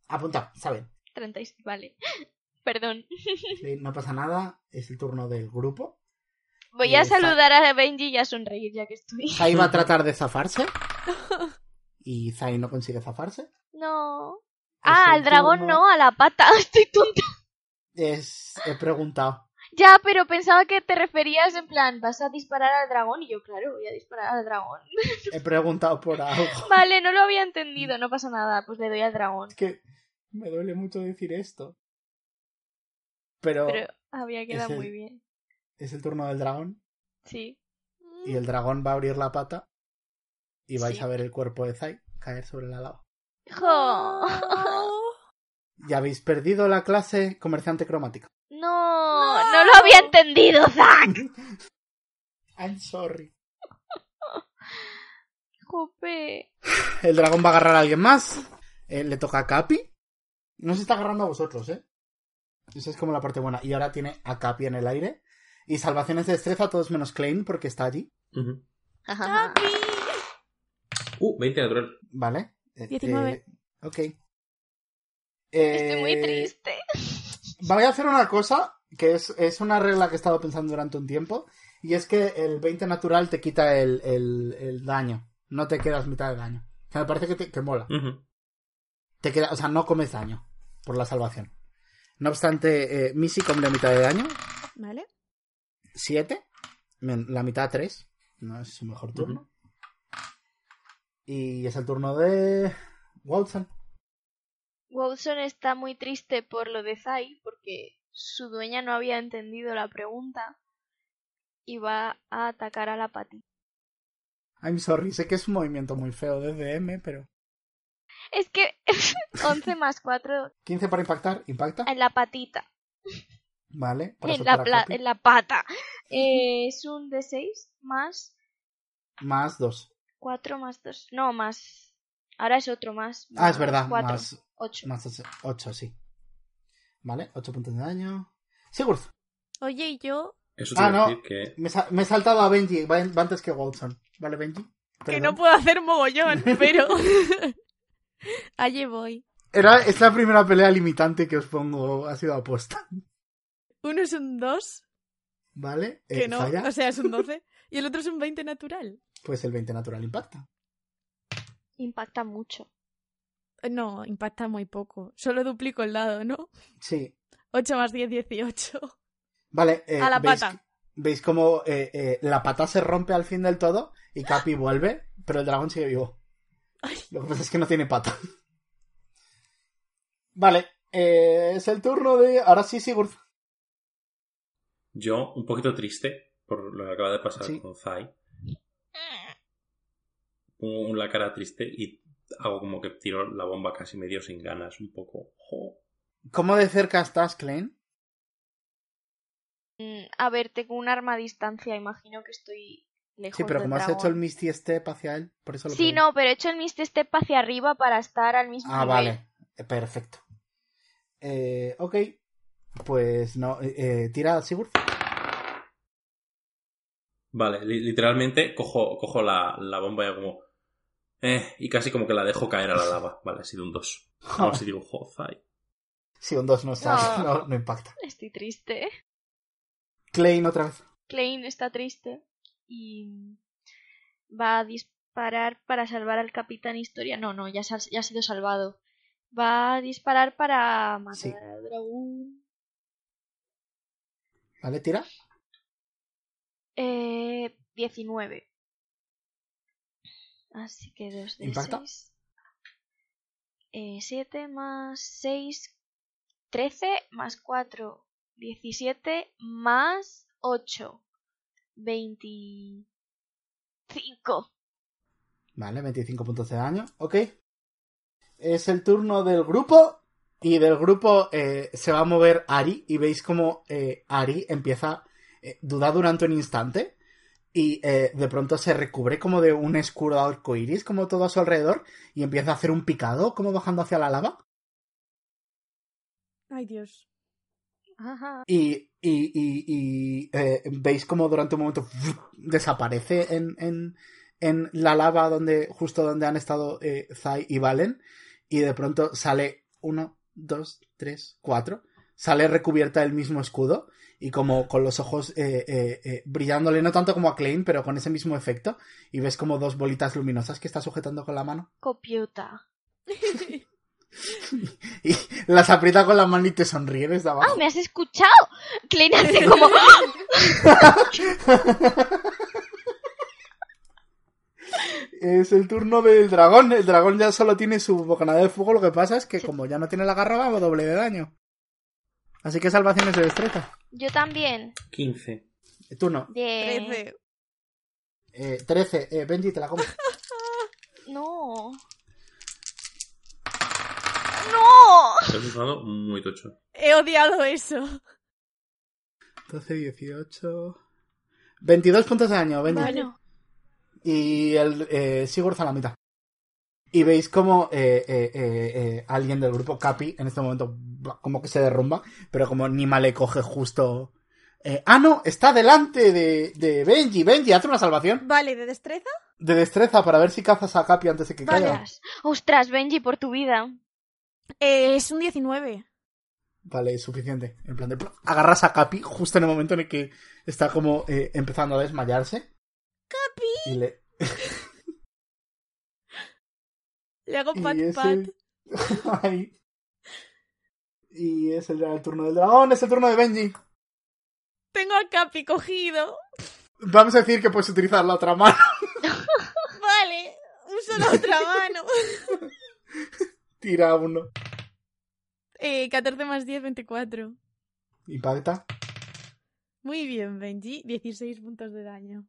S1: Apunta, saben.
S4: 36. Vale. Perdón.
S1: Sí, no pasa nada, es el turno del grupo.
S4: Voy a
S1: Esa-
S4: saludar a Benji y a sonreír ya que estoy.
S1: Zai va a tratar de zafarse. Y Zai no consigue zafarse. Este
S4: No.
S1: Es
S4: Ah,
S1: el
S4: al dragón
S1: turno-
S4: no, a la pata. Estoy tonta.
S1: Es, he preguntado.
S4: Ya, pero pensaba que te referías en plan, vas a disparar al dragón y yo, claro, voy a disparar al dragón.
S1: He preguntado por algo.
S4: Vale, no lo había entendido, no pasa nada, pues le doy al dragón.
S1: Es que me duele mucho decir esto. Pero,
S4: Pero había quedado
S1: Ese-
S4: muy bien.
S1: es el turno del dragón.
S4: Sí.
S1: Y el dragón va a abrir la pata. Y vais
S4: Sí.
S1: a ver el cuerpo de Zai caer sobre la lava.
S4: Jo.
S1: Ya habéis perdido la clase comerciante cromática.
S4: No, no lo había entendido, Zack.
S1: I'm sorry.
S4: Jope.
S1: El dragón va a agarrar a alguien más. Eh, le toca a Capi. No se está agarrando a vosotros, ¿eh? Esa es como la parte buena. Y ahora tiene a Capi en el aire. Y salvaciones de destreza, todos menos Klein, porque está allí.
S6: Ujú.
S3: Ajá.
S6: Uh, 20 natural.
S1: ¿Vale? Eh,
S7: 19.
S1: eh, ok. Eh,
S4: Estoy muy triste.
S1: Voy a hacer una cosa que es, es una regla que he estado pensando durante un tiempo, y es que el 20 natural te quita el, el, el daño, no te quedas mitad de daño. O sea, me parece que, te, que mola.
S6: Ujú.
S1: Te queda, o sea, no comes daño por la salvación. No obstante, eh, Missy come la mitad de daño,
S7: ¿Vale?
S1: 7, la mitad 3, no es su mejor turno. Y es el turno de Watson.
S4: Watson está muy triste por lo de Zai porque su dueña no había entendido la pregunta y va a atacar a la Patty.
S1: I'm sorry, sé que es un movimiento muy feo de DM, pero...
S4: Es que 11 más 4
S1: 15 para impactar, impacta.
S4: en la patita,
S1: Vale. para
S4: en
S1: soltar
S4: la,
S1: a
S4: pla-
S1: Copy.
S4: en la pata. Eh, es un D6 más
S1: Más 2.
S4: 4 más 2. No, más. Ahora es otro más.
S1: Ah, es verdad.
S4: 4,
S1: Más,
S4: 8.
S1: más 8, sí. Vale, 8 puntos de daño. Sigurd,
S7: Oye, ¿y yo?
S6: Eso
S1: Ah,
S6: quiere
S1: no.
S6: decir que
S1: me, sa- me he saltado a Benji, va, va antes que Watson. ¿Vale, Benji?
S7: Que
S1: Perdón.
S7: no puedo hacer mogollón, pero... Allí voy.
S1: Era, es la primera pelea limitante que os pongo, ha sido apuesta.
S7: Uno es un 2,
S1: ¿Vale?
S7: que
S1: Eh,
S7: no,
S1: falla,
S7: o sea, es un 12. Y el otro es un 20 natural.
S1: pues el 20 natural impacta.
S4: Impacta mucho.
S7: Eh, No, impacta muy poco. Solo duplico el dado, ¿no?
S1: Sí.
S7: 8 más 10, 18.
S1: Vale. eh,
S7: A la
S1: ¿veis
S7: pata.
S1: que- ¿Veis cómo eh, eh, la pata se rompe al fin del todo y Capi vuelve, pero el dragón sigue vivo? Lo que pasa es que no tiene pata. Vale, eh, es el turno de... Ahora sí, Sigurd.
S6: yo, un poquito triste por lo que acaba de pasar
S1: Sí.
S6: con Zai, pongo la cara triste y hago como que tiro la bomba casi medio sin ganas, un poco. Jo.
S1: ¿Cómo de cerca estás, Klein?
S4: Mm, A ver, tengo un arma a distancia. Imagino que estoy lejos.
S1: Sí, pero
S4: del
S1: como has
S4: dragón.
S1: hecho el Misty Step hacia él, por eso lo
S4: Sí,
S1: pregunto.
S4: no, pero he hecho el Mist Step hacia arriba para estar al mismo
S1: Ah,
S4: nivel.
S1: vale. Eh, Perfecto. Eh, ok. Pues no. eh, eh, tira, Sigurd.
S6: Vale, li- literalmente cojo, cojo la, la bomba y hago como. Eh, y casi como que la dejo caer a la lava. Vale, ha sido un 2. Ahora sí digo, jo, Zai.
S1: Si un 2 no está,
S4: No.
S1: no, no impacta.
S4: Estoy triste.
S1: Klein otra vez.
S4: Klein está triste y va a disparar para salvar al capitán Historia. No, no, ya, se ha- ya ha sido salvado. Va a disparar para matar
S1: Sí.
S4: al dragón.
S1: ¿Vale? Tira.
S4: Eh, 19. Así que 2 de
S1: ¿Impacta?
S4: 6. 7 más 6, 13 más 4, 17 más 8, 25.
S1: Vale, 25 puntos de daño. Ok. Es el turno del grupo. Y del grupo eh, se va a mover Ari. Y veis como eh, Ari empieza. eh, duda durante un instante. Y eh, de pronto se recubre como de un escudo arcoiris, como todo a su alrededor. Y empieza a hacer un picado, como bajando hacia la lava.
S7: Ay, Dios.
S4: Ajá.
S1: Y, y, y, y, eh, veis como durante un momento desaparece en, en, en la lava donde, justo donde han estado eh, Zai y Valen. Y de pronto sale uno, dos, tres, cuatro. Sale recubierta del mismo escudo y como con los ojos eh, eh, eh, brillándole, no tanto como a Klein, pero con ese mismo efecto. Y ves como dos bolitas luminosas que está sujetando con la mano.
S4: Copiota.
S1: Y las aprieta con la mano y te sonríe desde
S4: ¡Ah,
S1: abajo.
S4: me has escuchado! Klein hace como...
S1: Es el turno del dragón. El dragón ya solo tiene su bocanada de fuego. Lo que pasa es que,
S4: Sí.
S1: como ya no tiene la garra, va a doble de daño. Así que salvaciones de destreza.
S4: Yo también.
S6: 15.
S1: Eh, Tú no.
S4: De...
S7: 13.
S1: Eh, 13. Eh, Benji, te la comes.
S4: No. ¡No!
S6: Es un dado muy tocho.
S7: He odiado eso.
S1: 12, 18. 22 puntos de daño, Benji.
S4: Bueno,
S1: Y el eh, Sigurd a la mitad. Y veis como eh, eh, eh, eh, alguien del grupo Capi en este momento bla, como que se derrumba, pero como Nima le coge justo... eh, ah, no, está delante de, de Benji. Benji, haz una salvación.
S7: Vale, ¿de destreza?
S1: de destreza para ver si cazas a Capi antes de que caiga.
S4: ostras, ostras, Benji, por tu vida.
S7: Eh, es un 19.
S1: Vale, es suficiente. En plan de. ¡plop! Agarras a Capi justo en el momento en el que está como eh, empezando a desmayarse. ¡Capi! Y le.
S7: Le hago
S1: y
S7: Oh, pat
S1: es
S7: pat.
S1: el- Ay. Y es el, el turno del dragón, es el turno de Benji.
S7: Tengo a Capi cogido.
S1: Vamos a decir que puedes utilizar la otra mano.
S7: Vale, uso la otra mano.
S1: Tira uno.
S7: Eh, 14 más 10, 24.
S1: Impacta.
S7: Muy bien, Benji. 16 puntos de daño.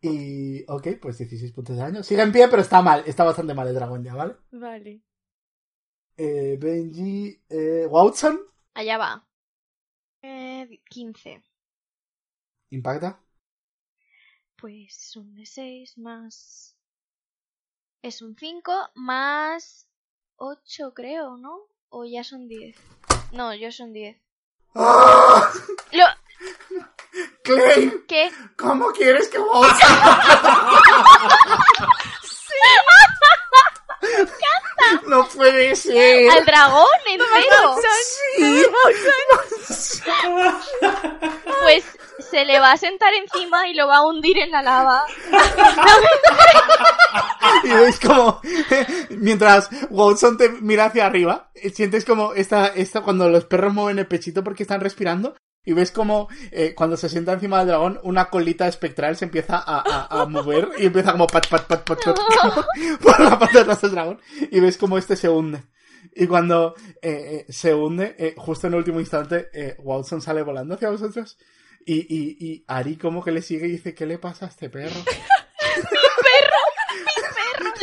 S1: Y. Ok, pues 16 puntos de daño. Sigue en pie, pero está mal. Está bastante mal el dragón ya, ¿vale?
S7: Vale.
S1: Eh, Benji. Eh, Watson.
S4: Allá va. Eh, 15.
S1: Impacta.
S4: Pues un de 6 más. Es un 5 más 8, creo, ¿no? O ya son 10. No, yo son 10.
S1: ¡Ah!
S4: Lo...
S1: ¡Clay!
S4: ¿Qué?
S1: ¿Cómo quieres que Watson? ¡No puede ser!
S4: ¿Al dragón entero?
S1: Sí.
S4: Pues se le va a sentar encima y lo va a hundir en la lava.
S1: Y veis como, mientras Watson te mira hacia arriba, eh, sientes como esta, esta, cuando los perros mueven el pechito porque están respirando, y ves como eh, cuando se sienta encima del dragón, una colita espectral se empieza a, a- a mover y empieza como pat, pat, pat, pat, pat, por la parte de atrás del dragón, y ves como este se hunde. Y cuando eh, eh, se hunde, eh, justo en el último instante, eh, Watson sale volando hacia vosotros. Y, y, y Ari como que le sigue y dice, ¿qué le pasa a este perro?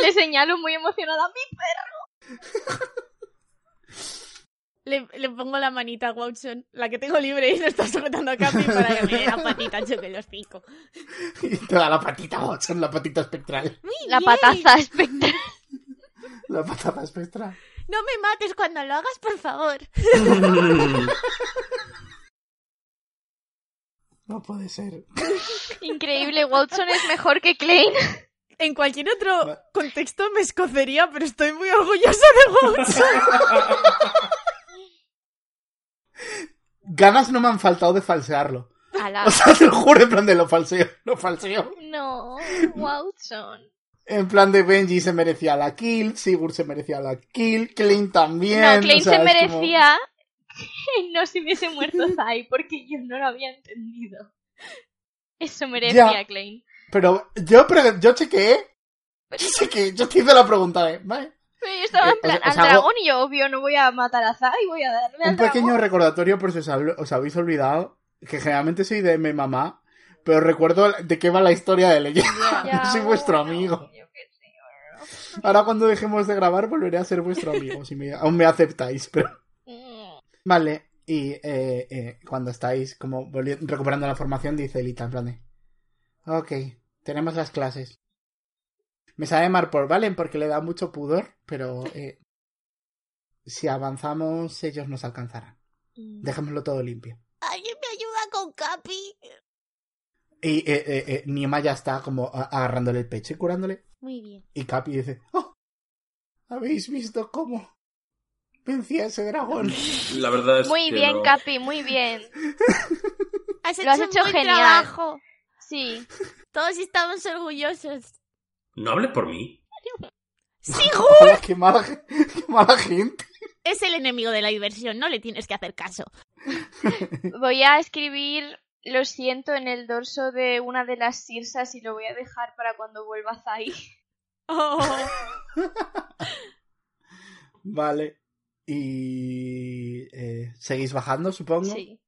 S4: Le señalo muy emocionada. ¡Mi
S7: Le, le pongo la manita a Watson, la que tengo libre y se está sujetando a Capi para que me dé la patita choque los cinco.
S1: Y te da la patita, Watson, la patita espectral.
S4: perro! La pataza espectral.
S1: La patata espectral.
S3: No me mates cuando lo hagas, por favor.
S1: No puede ser.
S4: Increíble, Watson es mejor que Klein.
S7: En cualquier otro
S1: Va-
S7: contexto me escocería, pero estoy muy orgullosa de Watson.
S1: Ganas no me han faltado de falsearlo.
S4: Ala.
S1: O sea, te lo juro, en plan de lo falseo, lo falseo.
S4: No, Watson.
S1: En plan de Benji se merecía la kill, Sigurd se merecía la kill, Klein también.
S4: No, Klein
S1: o sea,
S4: se
S1: es como-
S4: merecía que no se hubiese muerto Zai porque yo no lo había entendido. Eso merecía
S1: Ya.
S4: Klein.
S1: Pero yo, pre- yo chequeé,
S4: Pero,
S1: yo chequeé, yo te hice la pregunta, ¿eh? Vale.
S4: pero yo estaba
S1: Eh,
S4: en plan,
S1: o sea,
S4: al
S1: o sea,
S4: dragón y yo, obvio, no voy a matar a Zai, voy a darle al
S1: Un pequeño
S4: dragón.
S1: recordatorio por si os, hablo- os habéis olvidado, que generalmente soy de mi mamá, pero recuerdo de qué va la historia de leyenda.
S4: Ya,
S1: soy vuestro
S4: bueno,
S1: amigo.
S4: yo qué sé.
S1: Ahora cuando dejemos de grabar volveré a ser vuestro amigo, si me- aún me aceptáis, pero...
S4: Mm,
S1: Vale, y eh, eh, cuando estáis como volvi- recuperando la formación, dice Elita en plan de... Ok, tenemos las clases. Me sabe mar por Valen porque le da mucho pudor, pero... eh, si avanzamos, ellos nos alcanzarán.
S4: mm.
S1: Dejémoslo todo limpio.
S3: ¿Alguien me ayuda con Capi?
S1: Y eh, eh, eh, Nima ya está como a- agarrándole el pecho y curándole.
S3: Muy bien.
S1: Y Capi dice, "Oh, ¿habéis visto cómo vencí a ese dragón?
S6: La verdad es
S4: Muy
S6: que
S4: bien,
S6: no.
S4: Capi, muy bien.
S3: Has hecho,
S4: Lo has
S3: un
S4: hecho
S3: buen
S4: genial.
S3: trabajo.
S4: Sí.
S3: Todos estamos orgullosos.
S6: No hables por mí.
S1: Hola, qué, mala, gen- qué mala gente.
S3: Es el enemigo de la diversión, no le tienes que hacer caso.
S4: Voy a escribir lo siento en el dorso de una de las sirsas y lo voy a dejar para cuando vuelva Zai.
S7: Oh.
S1: Vale. Y eh, seguís bajando, supongo.
S4: Sí.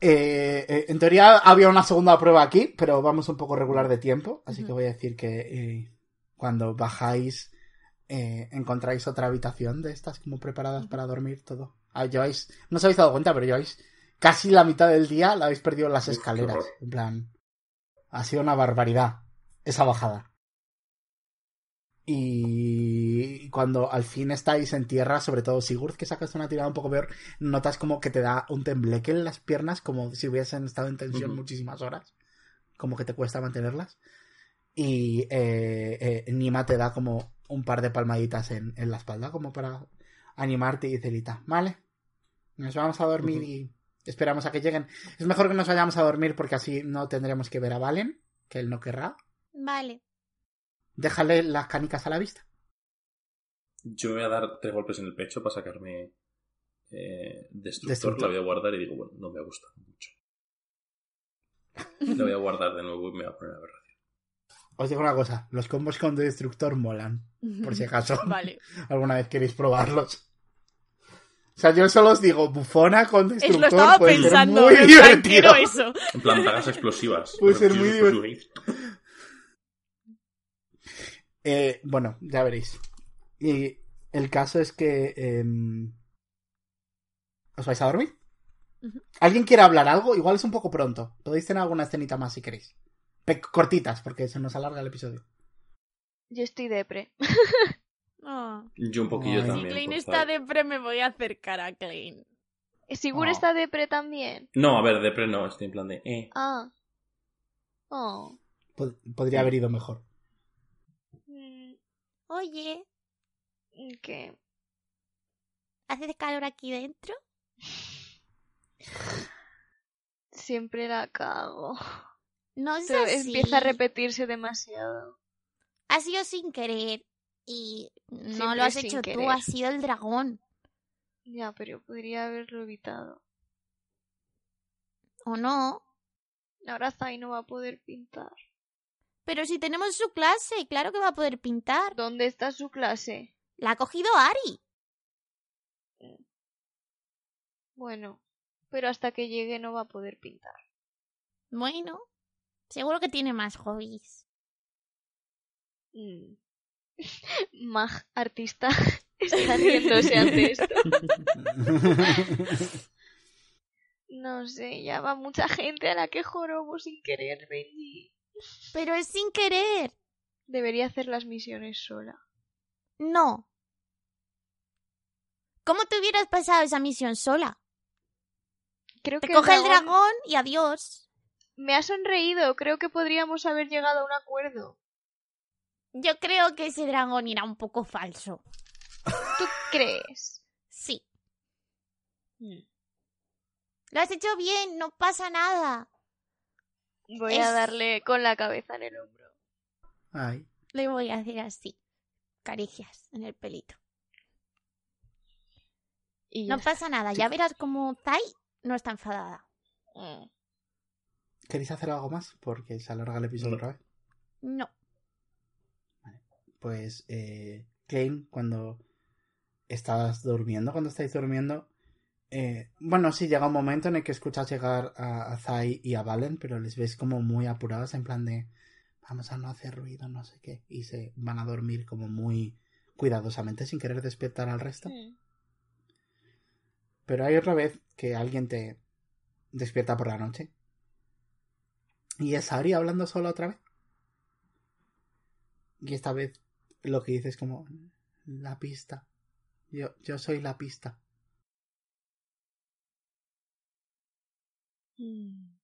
S1: Eh, eh, en teoría había una segunda prueba aquí, pero vamos un poco regular de tiempo. Así que voy a decir que eh, cuando bajáis eh, encontráis otra habitación de estas como preparadas para dormir todo. Ah, lleváis, no os habéis dado cuenta, pero lleváis casi la mitad del día la habéis perdido en las
S6: Uf, qué
S1: escaleras.
S6: horror.
S1: En plan, ha sido una barbaridad esa bajada. Y cuando al fin estáis en tierra, sobre todo Sigurd, que sacas una tirada un poco peor, notas como que te da un tembleque en las piernas, como si hubiesen estado en tensión
S6: Ujú.
S1: muchísimas horas. Como que te cuesta mantenerlas. Y eh, eh, Nima te da como un par de palmaditas en, en la espalda, como para animarte, dice Lita. Vale. Nos vamos a dormir y esperamos a que lleguen. Es mejor que nos vayamos a dormir porque así no tendremos que ver a Valen, que él no querrá.
S3: Vale.
S1: Déjale las canicas a la vista.
S6: Yo voy a dar tres golpes en el pecho para sacarme eh, destructor,
S1: Destructor.
S6: La voy a guardar y digo, bueno, no me ha gustado mucho. La voy a guardar de nuevo y me voy a poner a ver.
S1: Os digo una cosa, los combos con Destructor molan, por si acaso
S7: Mm. Vale.
S1: alguna vez queréis probarlos. O sea, yo solo os digo, bufona con
S7: Es, lo
S1: Destructor
S7: estaba
S1: puede ser
S7: pensando.
S1: muy
S7: en plan,
S1: divertido.
S7: quiero eso.
S6: En plan, dagas explosivas.
S1: Puede ser muy
S6: divertido.
S1: Eh, bueno, ya veréis. Y el caso es que... em, ¿Os vais a dormir?
S7: Ujú.
S1: ¿Alguien quiere hablar algo? Igual es un poco pronto. Podéis tener alguna escenita más si queréis. Pe- cortitas, porque se nos alarga el episodio.
S4: Yo estoy depre.
S7: Ah.
S6: Yo un poquillo
S1: Ay.
S7: Si
S6: también.
S7: Klein
S6: por
S7: está
S6: favor.
S7: depre, me voy a acercar a Klein.
S4: Sigur
S1: Oh.
S4: está depre también.
S6: No, a ver, depre no, estoy en plan de... Eh.
S4: Ah. Oh.
S1: Pod- podría haber ido mejor.
S4: Mm,
S3: Oye,
S4: ¿Qué?
S3: ¿hace calor aquí dentro?
S4: Siempre la cago.
S3: No
S4: Se-
S3: sé.
S4: Empieza a repetirse demasiado.
S3: Ha sido sin querer. Y no
S4: Siempre
S3: lo has
S4: sin
S3: hecho tú,
S4: querer.
S3: ha sido el dragón.
S4: Ya, pero podría haberlo evitado.
S3: ¿O no?
S4: Ahora Zai no va a poder pintar.
S3: Pero si tenemos su clase, claro que va a poder pintar.
S4: ¿Dónde está su clase?
S3: La ha cogido Ari.
S4: Bueno, pero hasta que llegue no va a poder pintar.
S3: Bueno, seguro que tiene más hobbies.
S4: Mm. Mag mm, artista está riéndose ante esto. No sé, ya va mucha gente a la que jorobo sin querer, Benji.
S3: Pero es sin querer.
S4: Debería hacer las misiones sola.
S3: No. ¿Cómo te hubieras pasado esa misión sola?
S4: Creo
S3: Te
S4: que
S3: coge el dragón y adiós.
S4: Me ha sonreído, creo que podríamos haber llegado a un acuerdo.
S3: Yo creo que ese dragón era un poco falso.
S4: ¿Tú crees?
S3: Sí.
S4: Mm.
S3: Lo has hecho bien, no pasa nada.
S4: Voy
S3: Es-
S4: a darle con la cabeza en el hombro.
S1: Ay.
S3: Le voy a hacer así. Caricias en el pelito.
S4: Y ya
S3: No pasa nada, ya verás como Tai no está enfadada.
S4: está. Mm.
S1: ¿Queréis hacer algo más? Porque se alarga el episodio otra vez.
S3: No.
S1: pues eh, Klein, cuando estás durmiendo, cuando estáis durmiendo, eh, bueno, sí, llega un momento en el que escuchas llegar a, a Zai y a Valen, pero les ves como muy apurados, en plan de vamos a no hacer ruido, no sé qué, y se van a dormir como muy cuidadosamente sin querer despertar al resto.
S4: Mm.
S1: Pero hay otra vez que alguien te despierta por la noche. Y es Ari hablando sola otra vez. Y esta vez lo que dice es como la pista. Yo, yo soy la pista.
S4: Mm.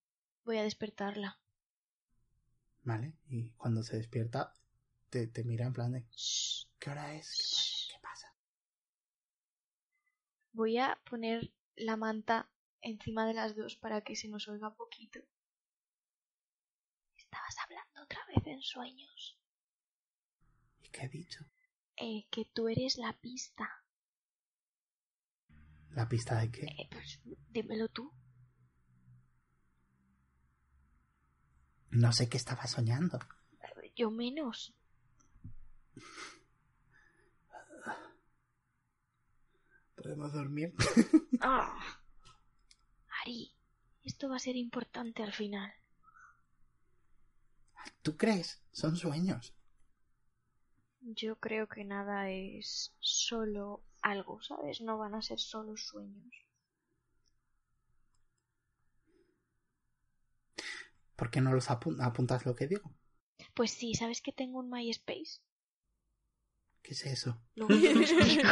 S4: Voy a despertarla.
S1: ¿Vale? Y cuando se despierta, te, te mira en plan de
S4: Shh.
S1: ¿qué hora es? ¿Qué pasa?
S4: Voy a poner la manta encima de las dos para que se nos oiga poquito. Estabas hablando otra vez en sueños.
S1: ¿Qué pasa? ¿Y qué he dicho?
S4: Eh, que tú eres la pista.
S1: ¿La pista de qué?
S4: Eh, pues dímelo tú.
S1: No sé qué estaba soñando.
S4: Yo menos.
S1: ¿Podemos dormir?
S4: Ah. Ari, esto va a ser importante al final.
S1: ¿Tú crees? Son sueños.
S4: Yo creo que nada es solo algo, ¿sabes? No van a ser solo sueños.
S1: ¿Por qué no los apun- apuntas lo que digo?
S4: Pues sí, ¿sabes que tengo un MySpace?
S1: ¿Qué es eso?
S4: Luego te lo explico.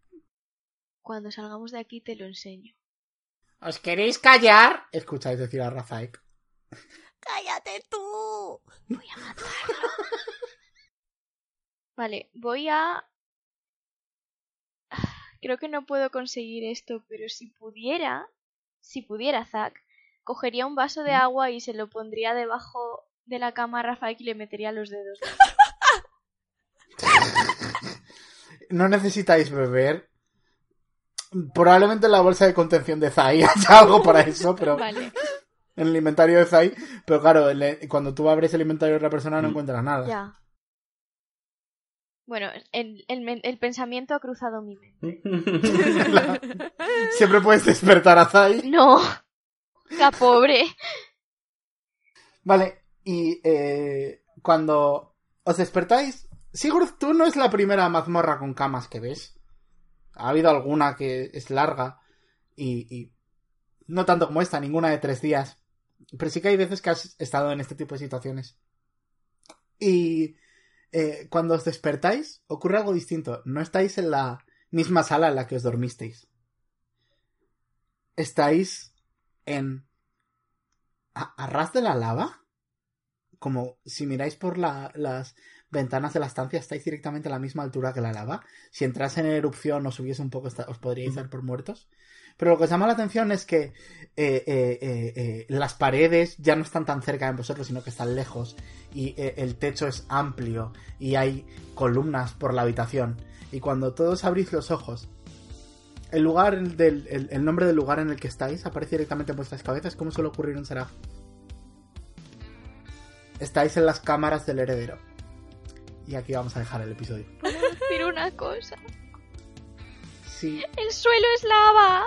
S4: Cuando salgamos de aquí te lo enseño.
S1: ¿Os queréis callar? Escucháis decir a Rafaek.
S3: Cállate tú.
S4: Vale, voy a Creo que no puedo conseguir esto, pero si pudiera, si pudiera, Zack, cogería un vaso de agua y se lo pondría debajo de la cama a Rafael y le metería los dedos.
S1: No necesitáis beber. Probablemente en la bolsa de contención de Zai haya algo para eso, pero
S7: Vale.
S1: en el inventario de Zai. Pero claro, le- cuando tú abres el inventario de otra persona no encuentras nada.
S4: Ya. Bueno, el, el men- el pensamiento ha cruzado mi mente.
S6: eh.
S1: Siempre puedes despertar a Zai.
S4: No. La pobre.
S1: Vale, y eh, cuando os despertáis, Sigurd, tú no es la primera mazmorra con camas que ves. Ha habido alguna que es larga y, y no tanto como esta, ninguna de tres días. Pero sí que hay veces que has estado en este tipo de situaciones. Y eh, cuando os despertáis, ocurre algo distinto. No estáis en la misma sala en la que os dormisteis. Estáis en a, a ras de la lava, como si miráis por la- las ventanas de la estancia, estáis directamente a la misma altura que la lava. Si entras en erupción o subís un poco, esta- os podríais dar por muertos. Pero lo que os llama la atención es que eh, eh, eh, eh, las paredes ya no están tan cerca de vosotros, sino que están lejos. Y eh, el techo es amplio y hay columnas por la habitación. Y cuando todos abrís los ojos, el lugar del el, el nombre del lugar en el que estáis aparece directamente en vuestras cabezas, como suele ocurrir en Seraf. Estáis en las cámaras del heredero. Y aquí vamos a dejar el episodio.
S4: Puedo decir una cosa.
S1: Sí.
S4: El suelo es lava.